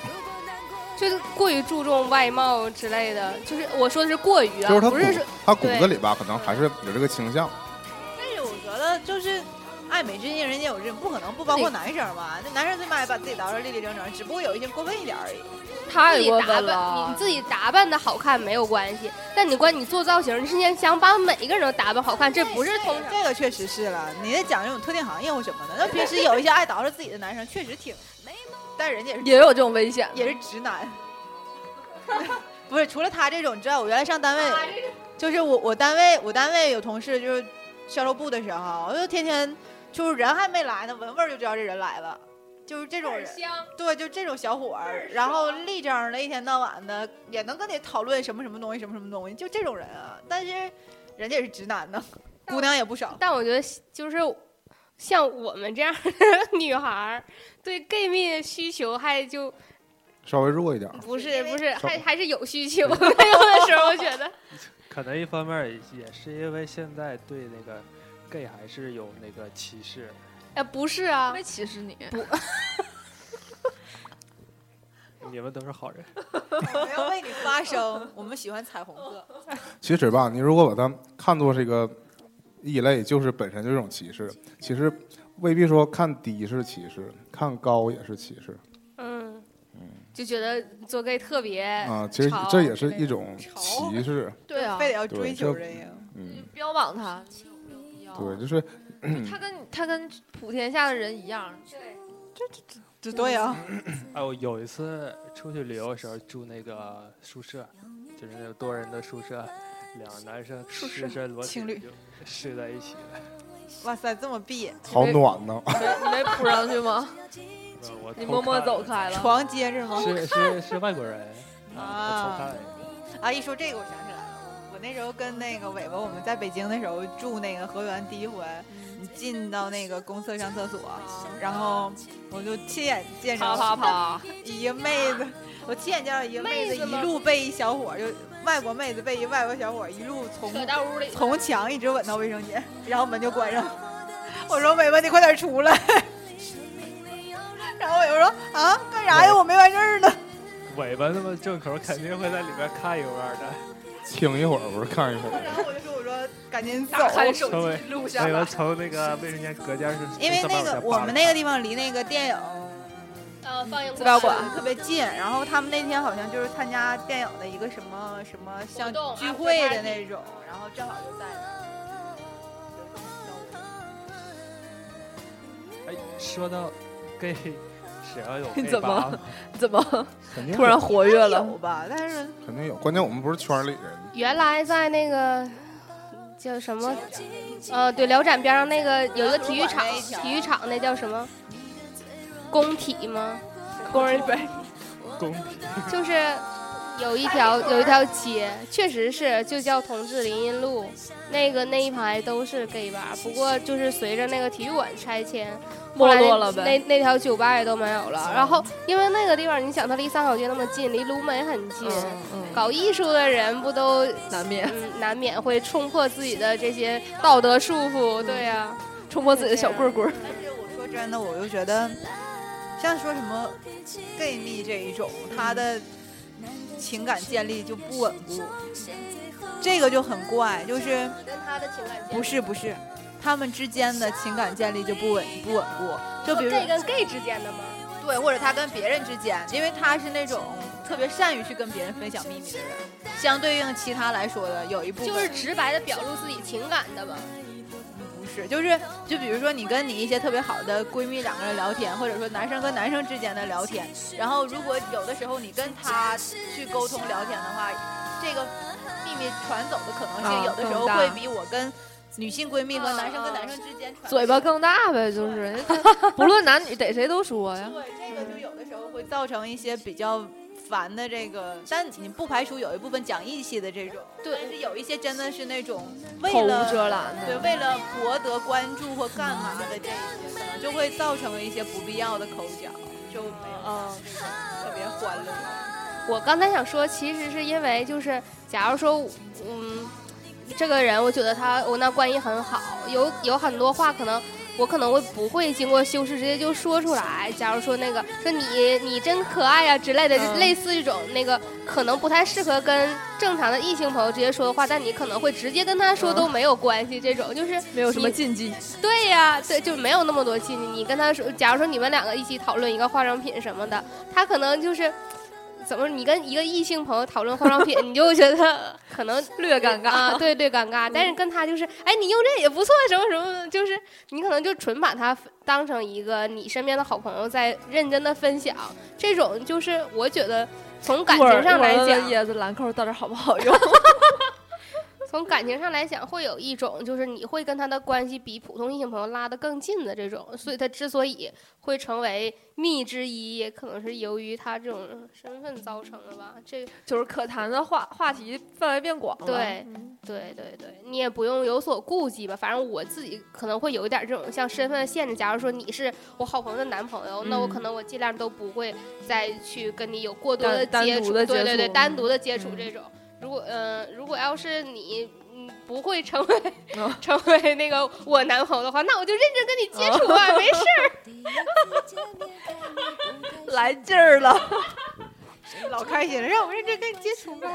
就是过于注重外貌之类的，就是我说的是过于啊，
就是他
不是说
骨他骨子里吧，可能还是有这个倾向。
但是我觉得就是爱美之心，人皆有之，不可能不包括男生吧？那男生最起码也把自己捯饬立立整整，只不过有一些过分一点而已。
太
自己
过
打
分
扮，你
了。
自己打扮的好看没有关系，但你关你做造型，你是想想把每一个人都打扮好看，这不是通常。
这个确实是了，你得讲这种特定行业或什么的。那平时有一些爱捯饬自己的男生，确实挺，但人家也是
也有这种危险，
也是直男。 不是除了他这种之外，我原来上单位，
哎
就是我我单位我单位有同事就是销售部的时候，我就天天就是人还没来呢，闻味儿就知道这人来了，就是这种人。
香，
对，就这种小伙儿，
啊
然后立正的，一天到晚的也能跟你讨论什么什么东西，什么什么东西，就这种人啊。但是人家也是直 男呢，姑娘也不少。
但我觉得就是像我们这样的女孩儿，对 gay 蜜的需求还就
稍微弱一点儿。
不
因
是
为
不是，
少
还还是有需求 的。有的时候我觉得，
可能一方面儿也也是因为现在对那个 gay 还是有那个歧视，
哎，不是啊，
没歧视你，
你们都是好人。
我要为你发声，我们喜欢彩虹色。
哦
其实吧，你如果把它看作这个异类，就是本身就这种歧视。其实未必说看低是歧视，看高也是歧视
嗯，就觉得做 gay 特别
啊。其实
哎潮
这也
之
是
类
一
的
种
潮
歧视，
对啊
非，得要
对
追
这
求人家。
嗯，
标榜他，
对，就是
他跟他跟普天下的人一 样，
这对啊呀，
嗯
哎，我有一次出去旅游的时候住那个宿舍，就是那个多人的宿舍，两个男生赤身裸体
情侣
就睡在一起了。
哇塞，这么闭，
好暖呐。
你没你没扑上去吗？
嗯我
你
偷
默默
看
走
了，
开了。
床接着吗？
是是是外国人我偷看
啊
了一眼
啊！一说这个，我想起来了，我那时候跟那个伟伟，我们在北京的时候住那个河源，第一回
嗯
你进到那个公厕上厕所，然后我就亲眼见着
啊啪啪啪！
一个妹子，我亲眼见到一个妹子
妹子
一
吗
路被一小伙儿，就外国妹子被一外国小伙儿一路从
扯到屋里，
从墙一直吻到卫生间，然后门就关上了。我说伟伟，你快点出来。然后伟伟说啊，干啥呀？我没完事儿呢。
尾巴那么正口，肯定会在里边看一会儿的。
听一会儿不是看一会儿，
然后我就说我说赶紧走
打，开手
稍微
机录下
尾
来
巴。从那个卫生间隔间是，
因为
是
那个
300
我们那个地方离那个电影
呃，放映
资料
馆
馆
特别近，然后他们那天好像就是参加电影的一个什么什么像
活动
聚会
after
的
party
那种，然后正好就在
哎，说到 gay，只 要有 gay
怎么
吧
怎 么
肯定有
突然活跃了？
有吧，但是
肯定有。关键我们不是圈里人，
原来在那个叫什么？呃，对，辽展边上那个有一个体育场
那一，条
体育场那叫什么？工体吗？工人
公
就是有一条有一条街，确实是就叫同志林荫路，那个那一排都是 gay 吧。不过就是随着那个体育馆拆迁，后
没
来
落了呗
那那条酒吧也都没有了。然后因为那个地方，你想它离三好街那么近，离鲁美很近，
嗯嗯，
搞艺术的人不都
难免
嗯难免会冲破自己的这些道德束缚？对呀、
冲破自己的小棍棍儿。
但是我说真的，我就觉得，像说什么 gay 蜜这一种，他的情感建立就不稳固，这个就很怪，就是
嗯
跟他的情感
不是不是，他们之间的情感建立就不稳不稳固，就比如说
gay 跟 gay 之间的吗？
对，或者他跟别人之间，因为他是那种特别善于去跟别人分享秘密的人，相对应其他来说的有一部分
就是直白的表露自己情感的吧。
不是，就是就比如说你跟你一些特别好的闺蜜两个人聊天，或者说男生跟男生之间的聊天，然后如果有的时候你跟他去沟通聊天的话，这个秘密传走的可能性
啊
有的时候
更大
会比我跟女性闺蜜和男生跟男生之间传
嘴巴更大呗，就是， 不论男女，逮谁都说呀。
对，这个就有的时候会造成一些比较烦的这个，但你不排除有一部分讲义气的这种，
对
但是有一些真的是那种为
口无
了
遮拦的
对，为了博得关注或干嘛的这一些，可能就会造成一些不必要的口角，就没有
嗯，
特别欢乐。
我刚才想说，其实是因为就是，假如说，嗯，这个人我觉得他我那关系很好，有有很多话可能。我可能会不会经过修饰，直接就说出来。假如说那个说你你真可爱呀、之类的，
嗯
类似这种那个可能不太适合跟正常的异性朋友直接说的话，但你可能会直接跟他说
嗯
都没有关系。这种就是
没有什么
你
禁忌，
对呀、对，就没有那么多禁忌。你跟他说，假如说你们两个一起讨论一个化妆品什么的，他可能就是怎么你跟一个异性朋友讨论化妆品，你 就觉得可能
略尴尬
啊，对对尴尬。但是跟他就是，哎，你用这也不错，什么什么，就是你可能就纯把他当成一个你身边的好朋友在认真的分享，这种就是我觉得从感
我
情上来
我的
讲，
椰子兰蔻到底好不好用？
从感情上来讲，会有一种就是你会跟他的关系比普通异性朋友拉得更近的这种，所以他之所以会成为蜜之一，也可能是由于他这种身份造成的吧。这
就是可谈的话话题范围变广了。
对
嗯
对对对，你也不用有所顾忌吧。反正我自己可能会有一点这种像身份的限制。假如说你是我好朋友的男朋友，那我
嗯
可能我尽量都不会再去跟你有过多
单
的
单
接
独
触，
的
对
接
对对，
触
单独的接触
嗯
这种。如果呃，如果要是你。嗯，不会成为、
哦
成为那个我男朋友的话，那我就认真跟你接触啊，
哦
没事 儿。
来劲儿了，
老开心了，让我认真跟你接触吧。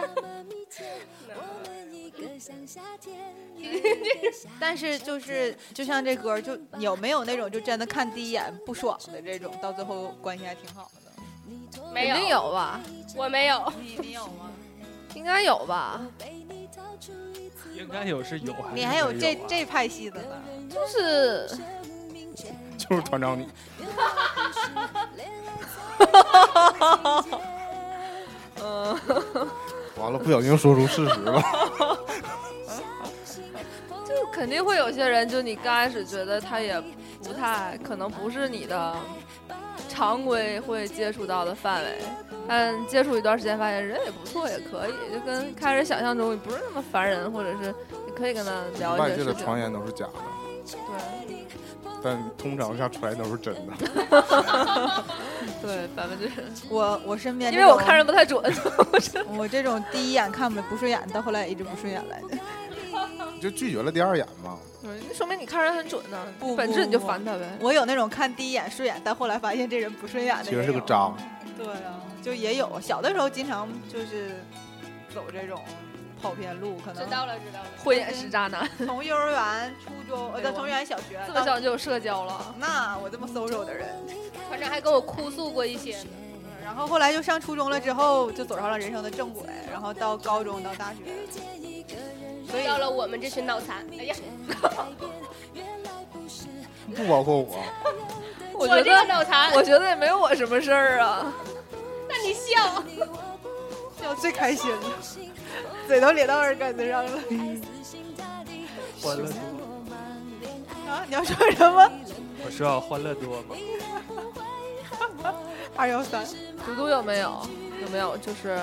但是就是就像这歌，就有没有那种就真的看第一眼不爽的这种，到最后关系还挺好的。
没
肯定
有，
有吧？
我没有。
你你有吗？
应该有吧？
应该有是有，
你还有
是
这
没有啊
这派系的呢？
就是
就是团长你，
嗯，
完了不小心说出事实了。
就肯定会有些人，就你刚开始觉得他也不太可能不是你的常规会接触到的范围，但接触一段时间发现人也不错，也可以，就跟开始想象中你不是那么烦人，或者是你可以跟他聊
外
一些
界
事
的
情。
传言都是假的，
对
但通常下传言都是真的。
对，百分之，
我我身边
因
这
为
种，
我看人不太准，
我这种第一眼看不不顺眼，到后来也一直不顺眼来着。
你就拒绝了第二眼嘛？
嗯说明你看人很准呢。
不
本
不
质你就
不
烦他呗。
我有那种看第一眼顺眼，但后来发现这人不顺眼的，
其实是个。渣。
对啊，就也有。小的时候经常就是走这种跑偏路，可
知
能
道了，知道了。
慧眼识渣男，
从幼儿园、初中，
哎
呃，
呦
从幼儿园、小学
这么
到。
小就有社交了，
那我这么 social 的人，
团长还跟我哭诉过一些 呢。
然后后来就上初中了，之后就走上了人生的正轨，然后到高中到大学，所以
到了我们这 群脑残，哎呀，
不包括我，
我
我
觉
这个
得
脑残，
我觉得也没有我什么事儿啊。
那你笑，
笑最开心了，嘴都咧到耳根子上了。
欢乐多，
啊，你要说什么？
我说要欢乐多吗？
二幺三，
嘟嘟有没有？有没有就是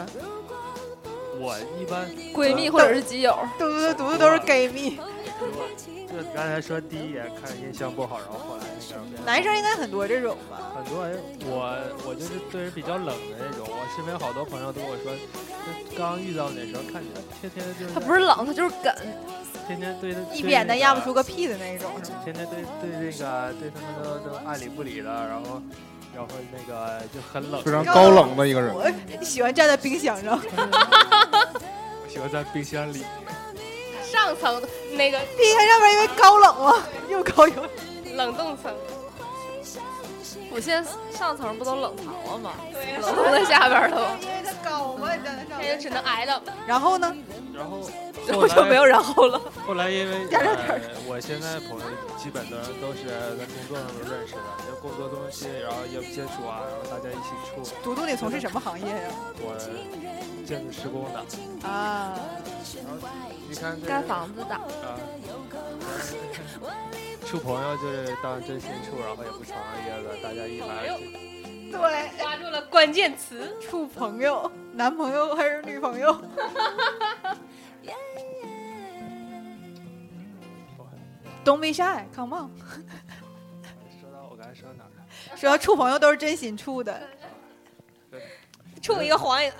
我一般
闺蜜或者是基友？
嘟嘟嘟嘟都是 gay 蜜，
就刚才说第一眼看印象不好，然后后来那个变
男生应该很多这种吧？
很多人，我我就是对人比较冷的那种。我身边好多朋友都跟我说，就刚遇到你的时候，看你天天就是
他不是冷，他就是梗。
天天对
一扁担压不出个，屁的那种，是吗？
对那个天天对对这个对他们都都爱理不理的，然后然后那个就很冷，
非常高冷的一个人。
哦我喜欢站在冰箱上，
我喜欢在冰箱里。
上层那个
冰箱上面因为高冷嘛，又高又
冷冻层，
我现在上层不都冷藏了吗？
对
冷冻在下边了 吗？
因为它高嘛，你站在上
那就只能挨冷。
然后呢？
然后
然
后
后就
来
没有然后了。
后来因 为
点儿
呃，我现在朋友基本都都是在工作上都认识的，因为工作东西，然后也接触啊，然后大家一起处。
嘟嘟，你从事什么行业呀？
我建筑施工的，
啊，
你看这
盖房子的，
啊， 处朋友就是当真心处，然后也不常约的，大家一来
朋友
对，
抓住了关键词，
处朋友，男朋友还是女朋友？Don't be shy，come on。
哎说到我刚才说到哪儿了？
说到处朋友都是真心处的，
处一个黄 一个，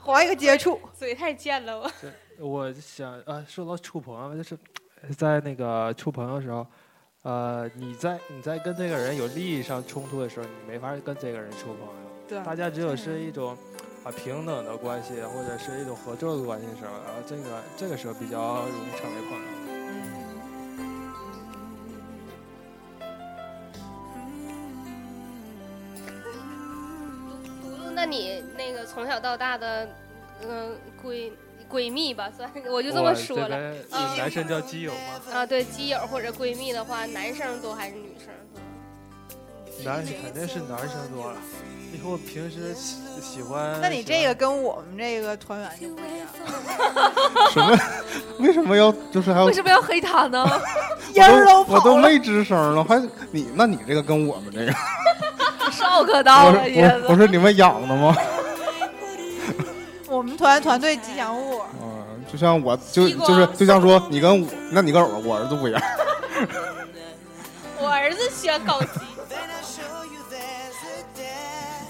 划一个接触。
嘴太贱了我。
我想啊，说到处朋友，就是在那个处朋友的时候，呃，你在你在跟这个人有利益上冲突的时候，你没法跟这个人处朋友。
对，啊
大家只有是一种啊平等的关系，或者是一种合作的关系的时候，然后这个这个时候比较容易成为朋友。
那那你那个从小到大的，嗯、闺闺蜜吧， 算我就这么说了
了，男生叫基友吗？
啊。对，基友或者闺蜜的话，男生多还是女生多？
男肯定是男生多了。你说我平时喜喜欢，
那你这个跟我们这个团员就不一样，
什么？为什么要就是还要
为什么要黑他呢？
音儿都
我
跑
都
了。
没吱声了，还你那你这个跟我们这个，
少可
我
到了
是
爷
我我
子，
是你们养的吗？
我们团团队吉祥物，
嗯，就像我就
西瓜
就是就像说你跟我，那你跟我我儿子不一样，
我儿子喜欢搞基，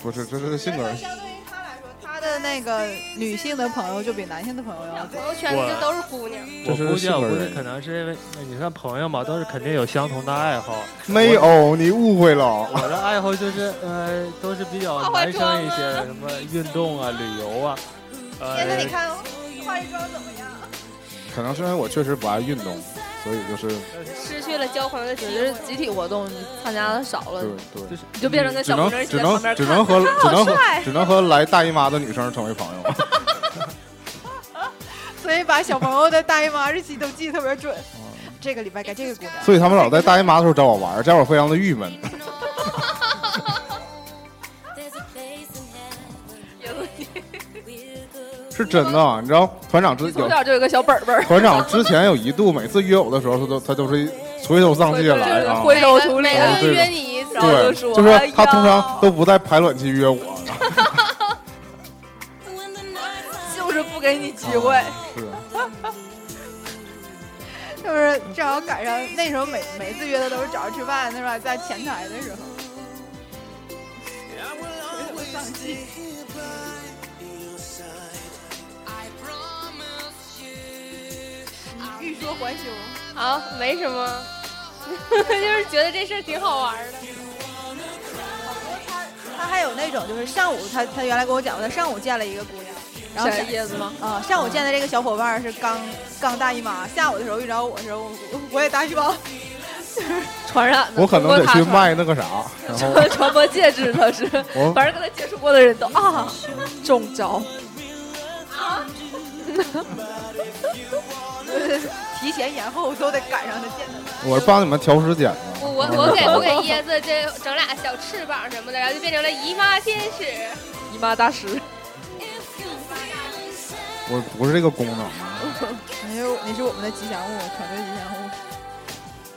不是这是性格。
相对于他来说，他的那个女性的朋友就比男性的朋友要 多。
朋友圈子就都是姑娘。
我
这是
估计啊，
性格
我估计
原因
可能是因为那你看朋友嘛，都是肯定有相同的爱好。
没有，你误会了。
我的爱好就是呃，都是比较
化
男生一些，什么运动啊、旅游啊。
现在
呃
你，看哦化一妆怎么样？
可能是因为我确实不爱运动，所以就是
失去了交朋友的机
只
会
是。集体活动，你参加的少了
对，对
就是
你就变成跟
只
小姑
能
娘一起
只
在旁
能
边
只
看。
能和只能和
帅
只能和来大姨妈的女生成为朋友。
所以把小朋友的大姨妈日期都记得特别准。这个礼拜该这个姑娘，
所以他们老在大姨妈的时候找我玩儿，这样我非常的郁闷。是真的，啊你知道团长之
从
有
小就有个小本本儿，
团长之前有一度每次约我的时候，他都他都是垂头丧气地来啊。
灰头土脸
每
啊
个
对
月约你一次，
然后
对，
就说
就是
哎呀
他通常都不在排卵期约我，
就是不给你机 会。
哦
是
就是正好赶上那时候每每次约的都是早上吃饭，是吧？在前台的时候，你欲说还休。
啊，没什 么，就是觉得这事儿挺好玩 儿的。
他还有那种就是上午他他原来跟我讲过，他上午见了一个姑娘，然后
小
下
叶子吗？
啊、上午见的这个小伙伴儿是刚刚大姨妈，下午的时候遇着我的时候，我我也大姨妈，
传染的，
我可能得
通过他
去
传
卖那个啥，然后
传 传播戒指，他是，
我
反正跟他接触过的人都啊中招。
提前延后都得赶上他见他。
我是帮你们调时间的。
我我我给我给椰子这整俩小翅膀什么的，然后就变成了姨妈天使。
姨妈大师，
我不是这个功能，
你是你哎是我们的吉祥物，团队吉祥物。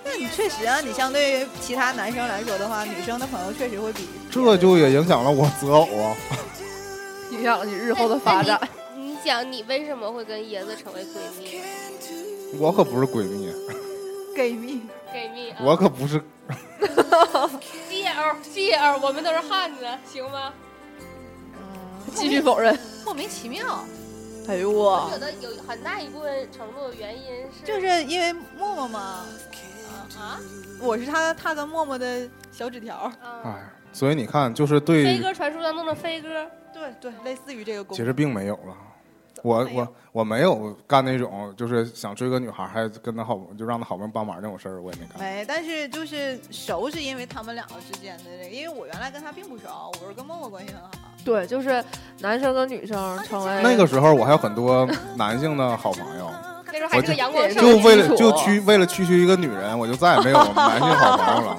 那你确实啊，你相对于其他男生来说的话，女生的朋友确实会比
这就也影响了我择偶啊。
影响了你日后的发展。
你讲你为什么会跟椰子成为闺蜜？
我可不是闺蜜，
gay 蜜。
闺蜜啊，
我可不是，
基友基友，我们都是汉子，行吗？
继续否认。
莫名其妙，
哎呦我
有，的有很大一部分程度的原因是
就是因为默默嘛，
啊
我是他他跟默默的小纸条。
啊，
哎，所以你看，就是
飞
对，
鸽传书当中的飞鸽，
对对，类似于这个功
其
能。
实并没有了。我我我没有干那种就是想追个女孩，还跟她好就让她好朋友帮忙那种事儿，我也没干。
没，哎但是就是熟是因为他们两个之间的这个，因为我原来跟他并不熟，我是跟默默关系很好。
对，就是男生跟女生成为
那个时候我还有很多男性的好朋友，
那时候还是个阳光少
我
就
女，
为了
基础
就区为了区区一个女人，我就再也没有男性好朋友了。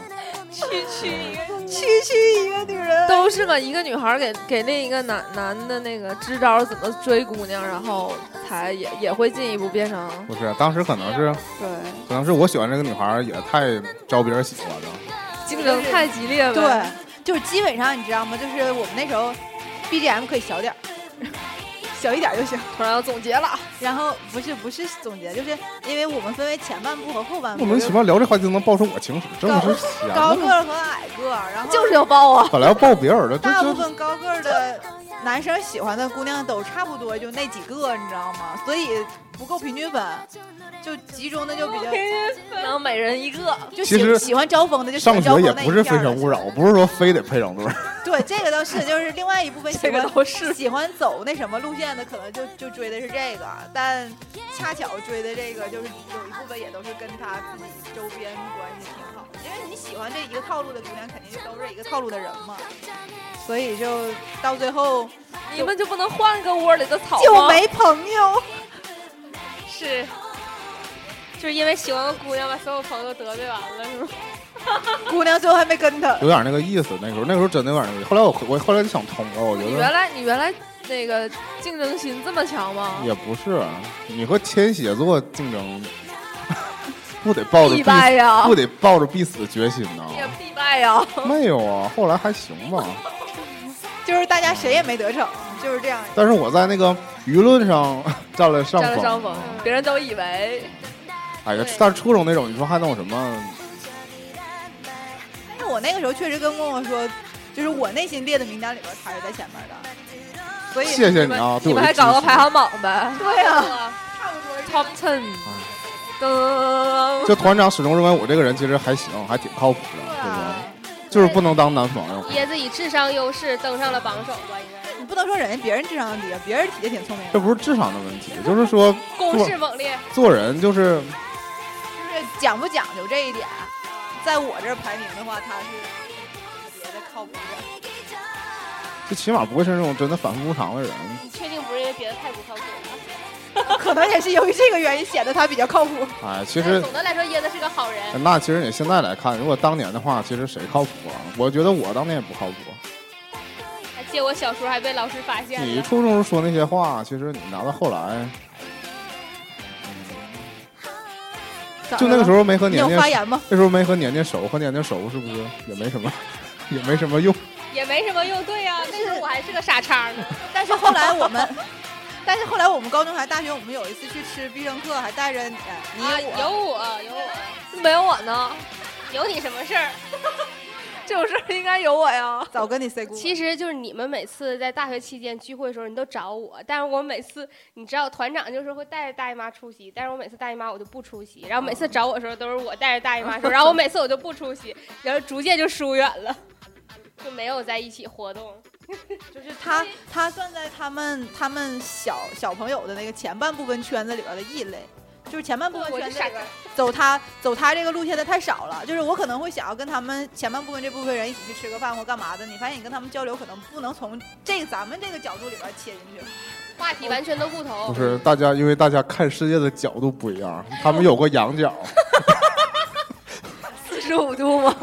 区区一个
区区一个女 人，
都是嘛，一个女孩给给另一个男男的那个支招怎么追姑娘，然后才也也会进一步变成
不是，当时可能是
对
可能是我喜欢这个女孩也太招别人喜欢了。
竞争太激烈了。
对，就是基本上你知道吗？就是我们那时候 BGM 可以小点儿，小一点儿就行。
突然要总结了，
然后不是不是总结，就是因为我们分为前半部和后半部。
莫名其妙聊这话题都能爆出我情绪，真的是闲
高个
的。
儿和矮个儿，然后
就是要抱啊！
本来要爆别人的，这
大部
这
分高个儿的男生喜欢的姑娘都差不多就那几个，你知道吗？所以不够平均分，就集中的就比较。
能每人一个，
就
其实
喜喜欢招风的就喜
上
欢
学
招风
也
那一
不是
片
非
儿的
诚勿扰，不是
嗯
说非得配成对儿。
对，这个倒是，就是另外一部分喜
这个
欢
都是
喜欢走那什么路线的，可能就就追的是这个，啊但恰巧追的这个就是有一部分也都是跟他自己周边关系挺好的，因为你喜喜欢这一个套路的姑娘，肯定就都是一个套路的人嘛。所以就到最后
你们就不能换个窝里的草吗？
就没朋友。
是，就是因为喜欢个姑娘，把所有朋友都得罪完了，是吗？
姑娘最后还没跟他，
有点那个意思。那个时候，那个时候真的有点那个意思。后来我我后来就想通了，我
你
觉
原
得
来你原来那个竞争心这么强吗？
也不是，啊你和天蝎座竞争， 不得抱着
必败
必
呀
不得抱着必死的决心呐。
啊也必败呀！
没有啊，后来还行吧。
就是大家谁也没得逞，就是这样。
但是我在那个舆论上 占了上
占
风。啊
了上风，嗯别人都以为。
哎呀
对，
但是初中那种，你说还能有什么？
但是我那个时候确实跟默默说，就是我内心列的名单里边，他是在前面的，所以
谢谢
你
你
们
啊，对我
你们
的
还
支持
搞个排行榜呗
对啊，
，Top Ten，噔，
这团长始终认为我这个人其实还行，还挺靠谱的，对
啊
吧？
啊
就是不能当男朋友。
椰子以智商优势登上了榜首吧，应该
你不能说人家别人智商低，啊别人也挺聪明
这
的，
不是智商的问题，就是说
攻
做
势猛烈。
做人就是
就是讲不讲究这一点，啊在我这儿排名的话，他是别的靠谱点。
就起码不会是那种真的反复无常的人。
你确定不是因为别的太不靠谱了？
可能也是由于这个原因，显得他比较靠谱。
哎，其实
总的来说，椰子是个好人。
那其实你现在来看，如果当年的话，其实谁靠谱啊？我觉得我当年也不靠谱。
还借我小说还被老师发现
你
了。
初中时候说那些话，其实你拿到后来，就那个时候没和
你
年
有
年
发言吗？
那时候没和年年熟，和年年熟是不是也没什么， 也没什么用？
也没什么用，对呀、那时候我还是个傻叉呢。
但是后来我们， 但是后来我们高中还大学，我们有一次去吃必胜客，还带着你你
啊，
我、
有我，有我，
没有我呢，
有你什么事 儿？
这种事儿应该有我呀。
早跟你 say
其
goodbye。
实就是你们每次在大学期间聚会的时候，你都找我，但是我每次你知道团长就是会带着大姨妈出席，但是我每次大姨妈我就不出席，然后每次找我的时候都是我带着大姨妈说，然后我每次我就不出席，然后逐渐就疏远了，就没有在一起活动。
就是他，他算在他们他们小小朋友的那个前半部分圈子里边的异类，就是前半部分
我就
圈子
傻
里
叉
边，走他走他这个路线的太少了。就是我可能会想要跟他们前半部分这部分人一起去吃个饭或干嘛的，你发现你跟他们交流可能不能从这个咱们这个角度里边切进去。
话题完全都不
不
哦
同。
是，大家因为大家看世界的角度不一样，他们有过仰 角。
四十五度吗？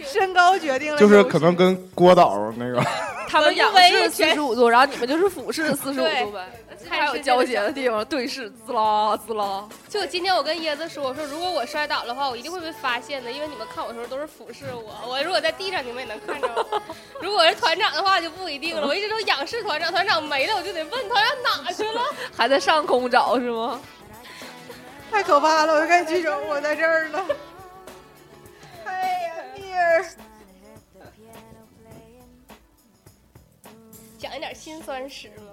身高决定了
就是
优势
可能跟郭导那个，
他们仰
围
视四
全
十五度，然后你们就是俯视四十
对
五度呗，还
看
有
世界
交
的
接
角
的地方，对视，滋啦滋啦。
就今天我跟椰子说，我说如果我摔倒的话，我一定会被发现的，因为你们看我的时候都是俯视我，我如果在地上你们也能看着 我。如果是团长的话就不一定了，我一直都仰视团长，团长没了我就得问团长哪去了。
还在上空找是吗？
太可怕了！我就该举手，我在这儿呢。哎呀，妮儿，
讲一点辛酸史嘛，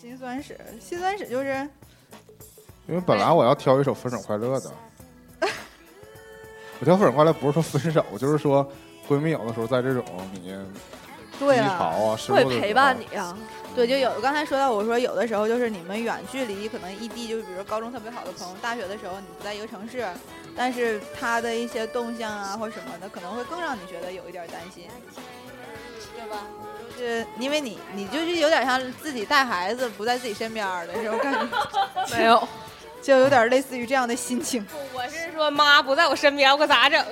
心酸史，心酸史就是
因为本来我要挑一首《分手快乐》 的，我挑《分手快乐》不是说分手，就是说闺蜜有的时候在这种你低
对
潮
了，
啊、失落
会
的时候
陪伴你，啊呀。
对，就有刚才说到，我说有的时候就是你们远距离，可能异地，就是比如说高中特别好的朋友，大学的时候你不在一个城市，但是他的一些动向啊或什么的，可能会更让你觉得有一点担心，
嗯对吧？
就是因为你你就是有点像自己带孩子不在自己身边儿的时候，感觉
没有，
就有点类似于这样的心情。
我是说妈不在我身边，我可咋整？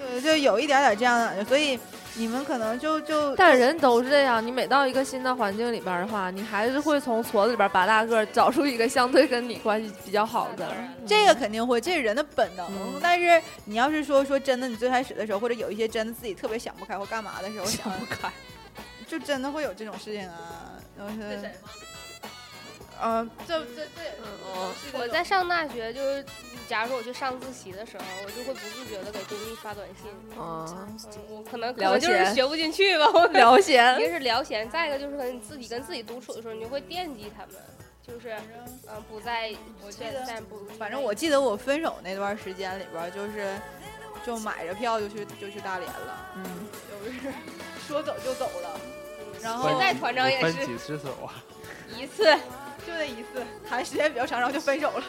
对，就有一点点这样的感觉，所以你们可能就 就
但人都是这样，你每到一个新的环境里边儿的话，你还是会从矬子里边儿拔大个儿，找出一个相对跟你关系比较好的。
这个肯定会，这是人的本能。
嗯
但是你要是说说真的，你最开始的时候，或者有一些真的自己特别想不开或干嘛的时候，想不开，就真的会有这种事情啊。然后 是，嗯、这这这也
哦
是这
我
种
在上大学就是，假如说我去上自习的时候，我就会不自觉的给闺蜜发短信，
嗯，
嗯，我可能可
了
能就
解
是学不进去吧，我
聊
一
闲，
个是聊闲，再一个就是可能你自己跟自己独处的时候，你就会惦记他们，就是嗯、呃不在，我
记得
在不，
反正我记得我分手那段时间里边儿，就是就买着票就去就去大连了，
嗯，
就是 说走就走了，然后
现在团长也
分
是
几次手啊？
一次，
就那一次，谈时间比较长，然后就分手了。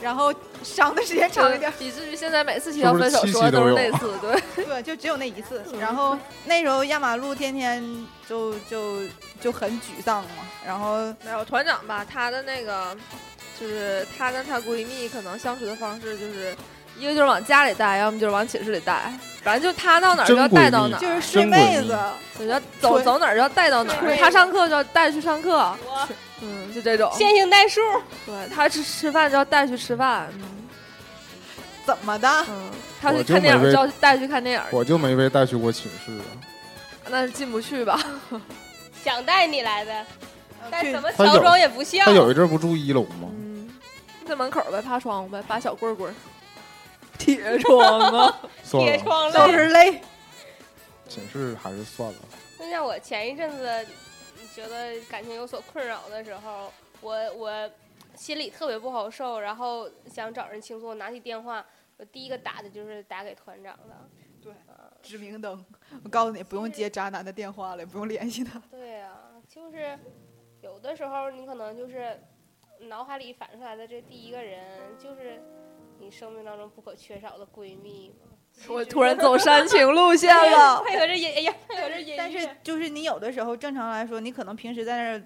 然后伤的时间长一点。
以至于现在每次提到分手
是不是七
说的
夕都
都是
有啊
类似，对，
对，就只有那一次。然后那时候压马路天天就就就很沮丧嘛，然后
没有团长吧，她的那个就是她跟她闺蜜可能相处的方式就是。一个就是往家里带，要么就是往寝室里带，反正就她到哪儿就要
真闺
带到
蜜
哪儿，
就是睡妹子，
就要走
纯
走哪儿就要带到哪儿。
纯
她上课就要带去上课，
我
嗯，就这种。
线性代数，
对，她吃吃饭就要带去吃饭，嗯
怎么的？
嗯，她去
我就
看电影
没
就
被
要带去看电影，
我就没被带去过寝室，
那是进不去吧？
想带你来的， 但
去
怎么
他
乔
有
装也不像
他。有一阵儿不住一楼吗？
嗯，在门口呗，趴窗户呗，扒小棍棍儿。铁窗啊！
算
贴
了，
窗
都
了。
是泪。
寝室还是算了。
就像我前一阵子觉得感情有所困扰的时候，我我心里特别不好受，然后想找人倾诉，我拿起电话，我第一个打的就是打给团长的。
对
啊
指明灯，我告诉你，不用接渣男的电话了，也不用联系他。
对呀、就是有的时候你可能就是脑海里反出来的这第一个人，就是你生命当中不可缺少的闺蜜嘛。
我 突然走煽情路线了。
配合着音，哎呀，配合着音乐，
但是就是你有的时候，正常来说，你可能平时在那儿，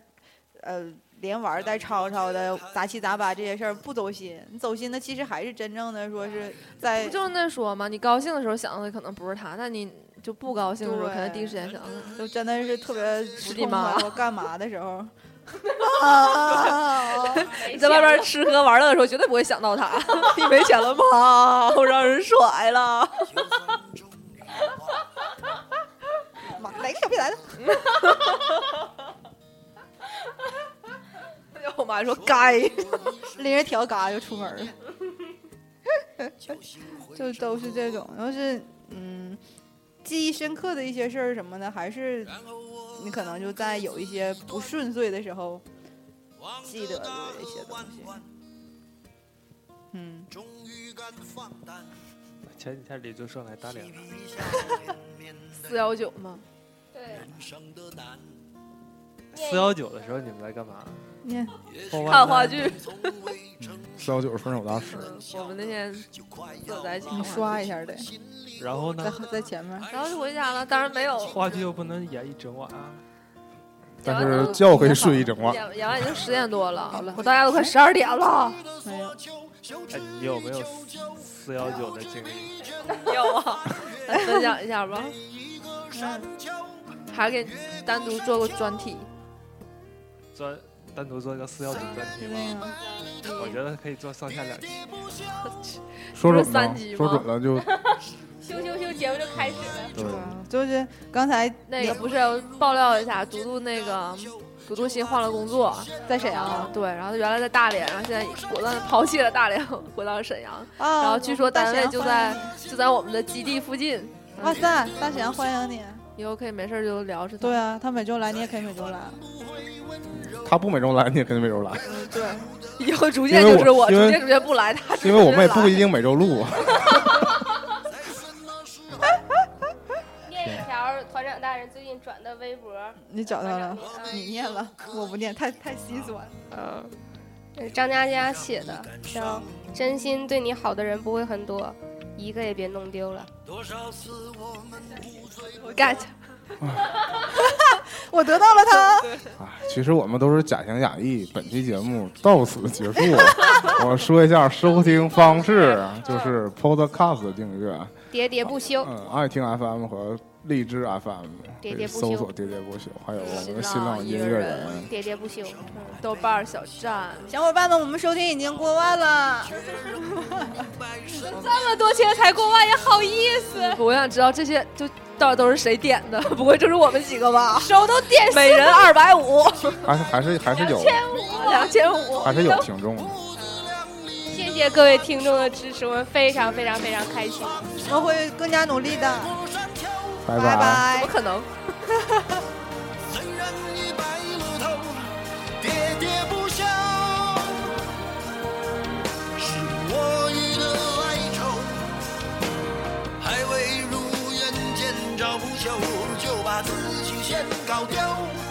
呃，连玩儿带吵吵的，杂七杂八这些事儿不走心。你走心的其实还是真正的说是在
不就是那说嘛，你高兴的时候想的可能不是他，那你就不高兴的时候，
对
可能第一时间想的是
就真的是特别
是
不
你
痛
妈
快或干嘛的时候。啊！
没
你在外
想
边
到
吃喝玩乐的时候，绝对不会想到他。 你没钱了吗？ 我让人甩了。
妈，哪个小屁孩子？
我妈 说该。
拎着条嘎就出门了， 就都是这种。要是嗯，记忆深刻的一些事儿什么的，还是你可能就在有一些不顺遂的时候记得的一些东西。嗯，
前几天李宗盛来大连了，
四幺九吗？
对，
四幺九的时候你们在干嘛？
你看
看话剧。
四幺九分手大师，
嗯，我们那天坐在一起看
你
话剧。
刷一下得，
然后
在
呢？
在前面。
然后就回家了，当然没有。
话剧又不能演一整晚啊，
但是觉可以睡一整晚。
演演完已经十点多了，我到家都快十二点了。
没有，嗯
哎，你有没有四幺九的经 历？
有啊，来分享一下吧。还给你单独做过专题，
专单独做一个四幺九专题吗？我觉得可以做上下两期。
说
不是
准
三
了
级，吗
说准了就
咻咻咻，节目就开始了。
对。
啊就是刚才
那个不是爆料一下，读读那个读读新换了工作，
在沈阳
啊
啊，
对，然后原来在大连，然后现在果断地抛弃了大连，回到了沈阳，
啊，
然后据说单位就在
大沈阳欢迎
就在我们的基地附近。
你哇塞，大沈阳欢迎你。
以后可以没事儿就聊着。
对，啊，他每周来，你也可以每周来。
他不每周来，你也肯定每周来，
嗯，对。
以后逐渐
因为
就是
我
我，逐
因为
渐逐渐不来，他 逐渐
因为我们也
来
不一定每周录。啊
念一条团长大人最近转的微博，
你找到
团
了
长，
哎
你念吧，我不念，太太心酸。
嗯，这是张嘉佳写的，叫“真心对你好的人不会很多，一个也别弄丢了
，get。
我得到了他，
哎，其实我们都是假情假意。本期节目到此结束。 我说一下收听方式，就是 Podcast 订阅，”，
喋喋不休。
嗯，爱听 FM 和荔枝 FM，可
喋
以
喋不休
搜索喋喋不休，还有我们的新
新浪
浪
音
音
乐
乐
人
人。
喋喋不休，
嗯豆瓣儿小站，
小伙伴们，我们收听已经过万了，
这么多期了才过万，也好意思，
我想知道这些就到底都是谁点的？ 不会就是我们几个吧？
手都点
每人二百五，
还是还是还是有，
千五。
两千五。
还是有听众的。
谢谢各位听众的支持，我们非常非常非常开心。
我们会更加努力的，
拜
拜
怎么
拜。
可能？
虽然已白了头，喋喋不休，是我与的哀愁，还未如愿见着不朽，就把自己先搞丢。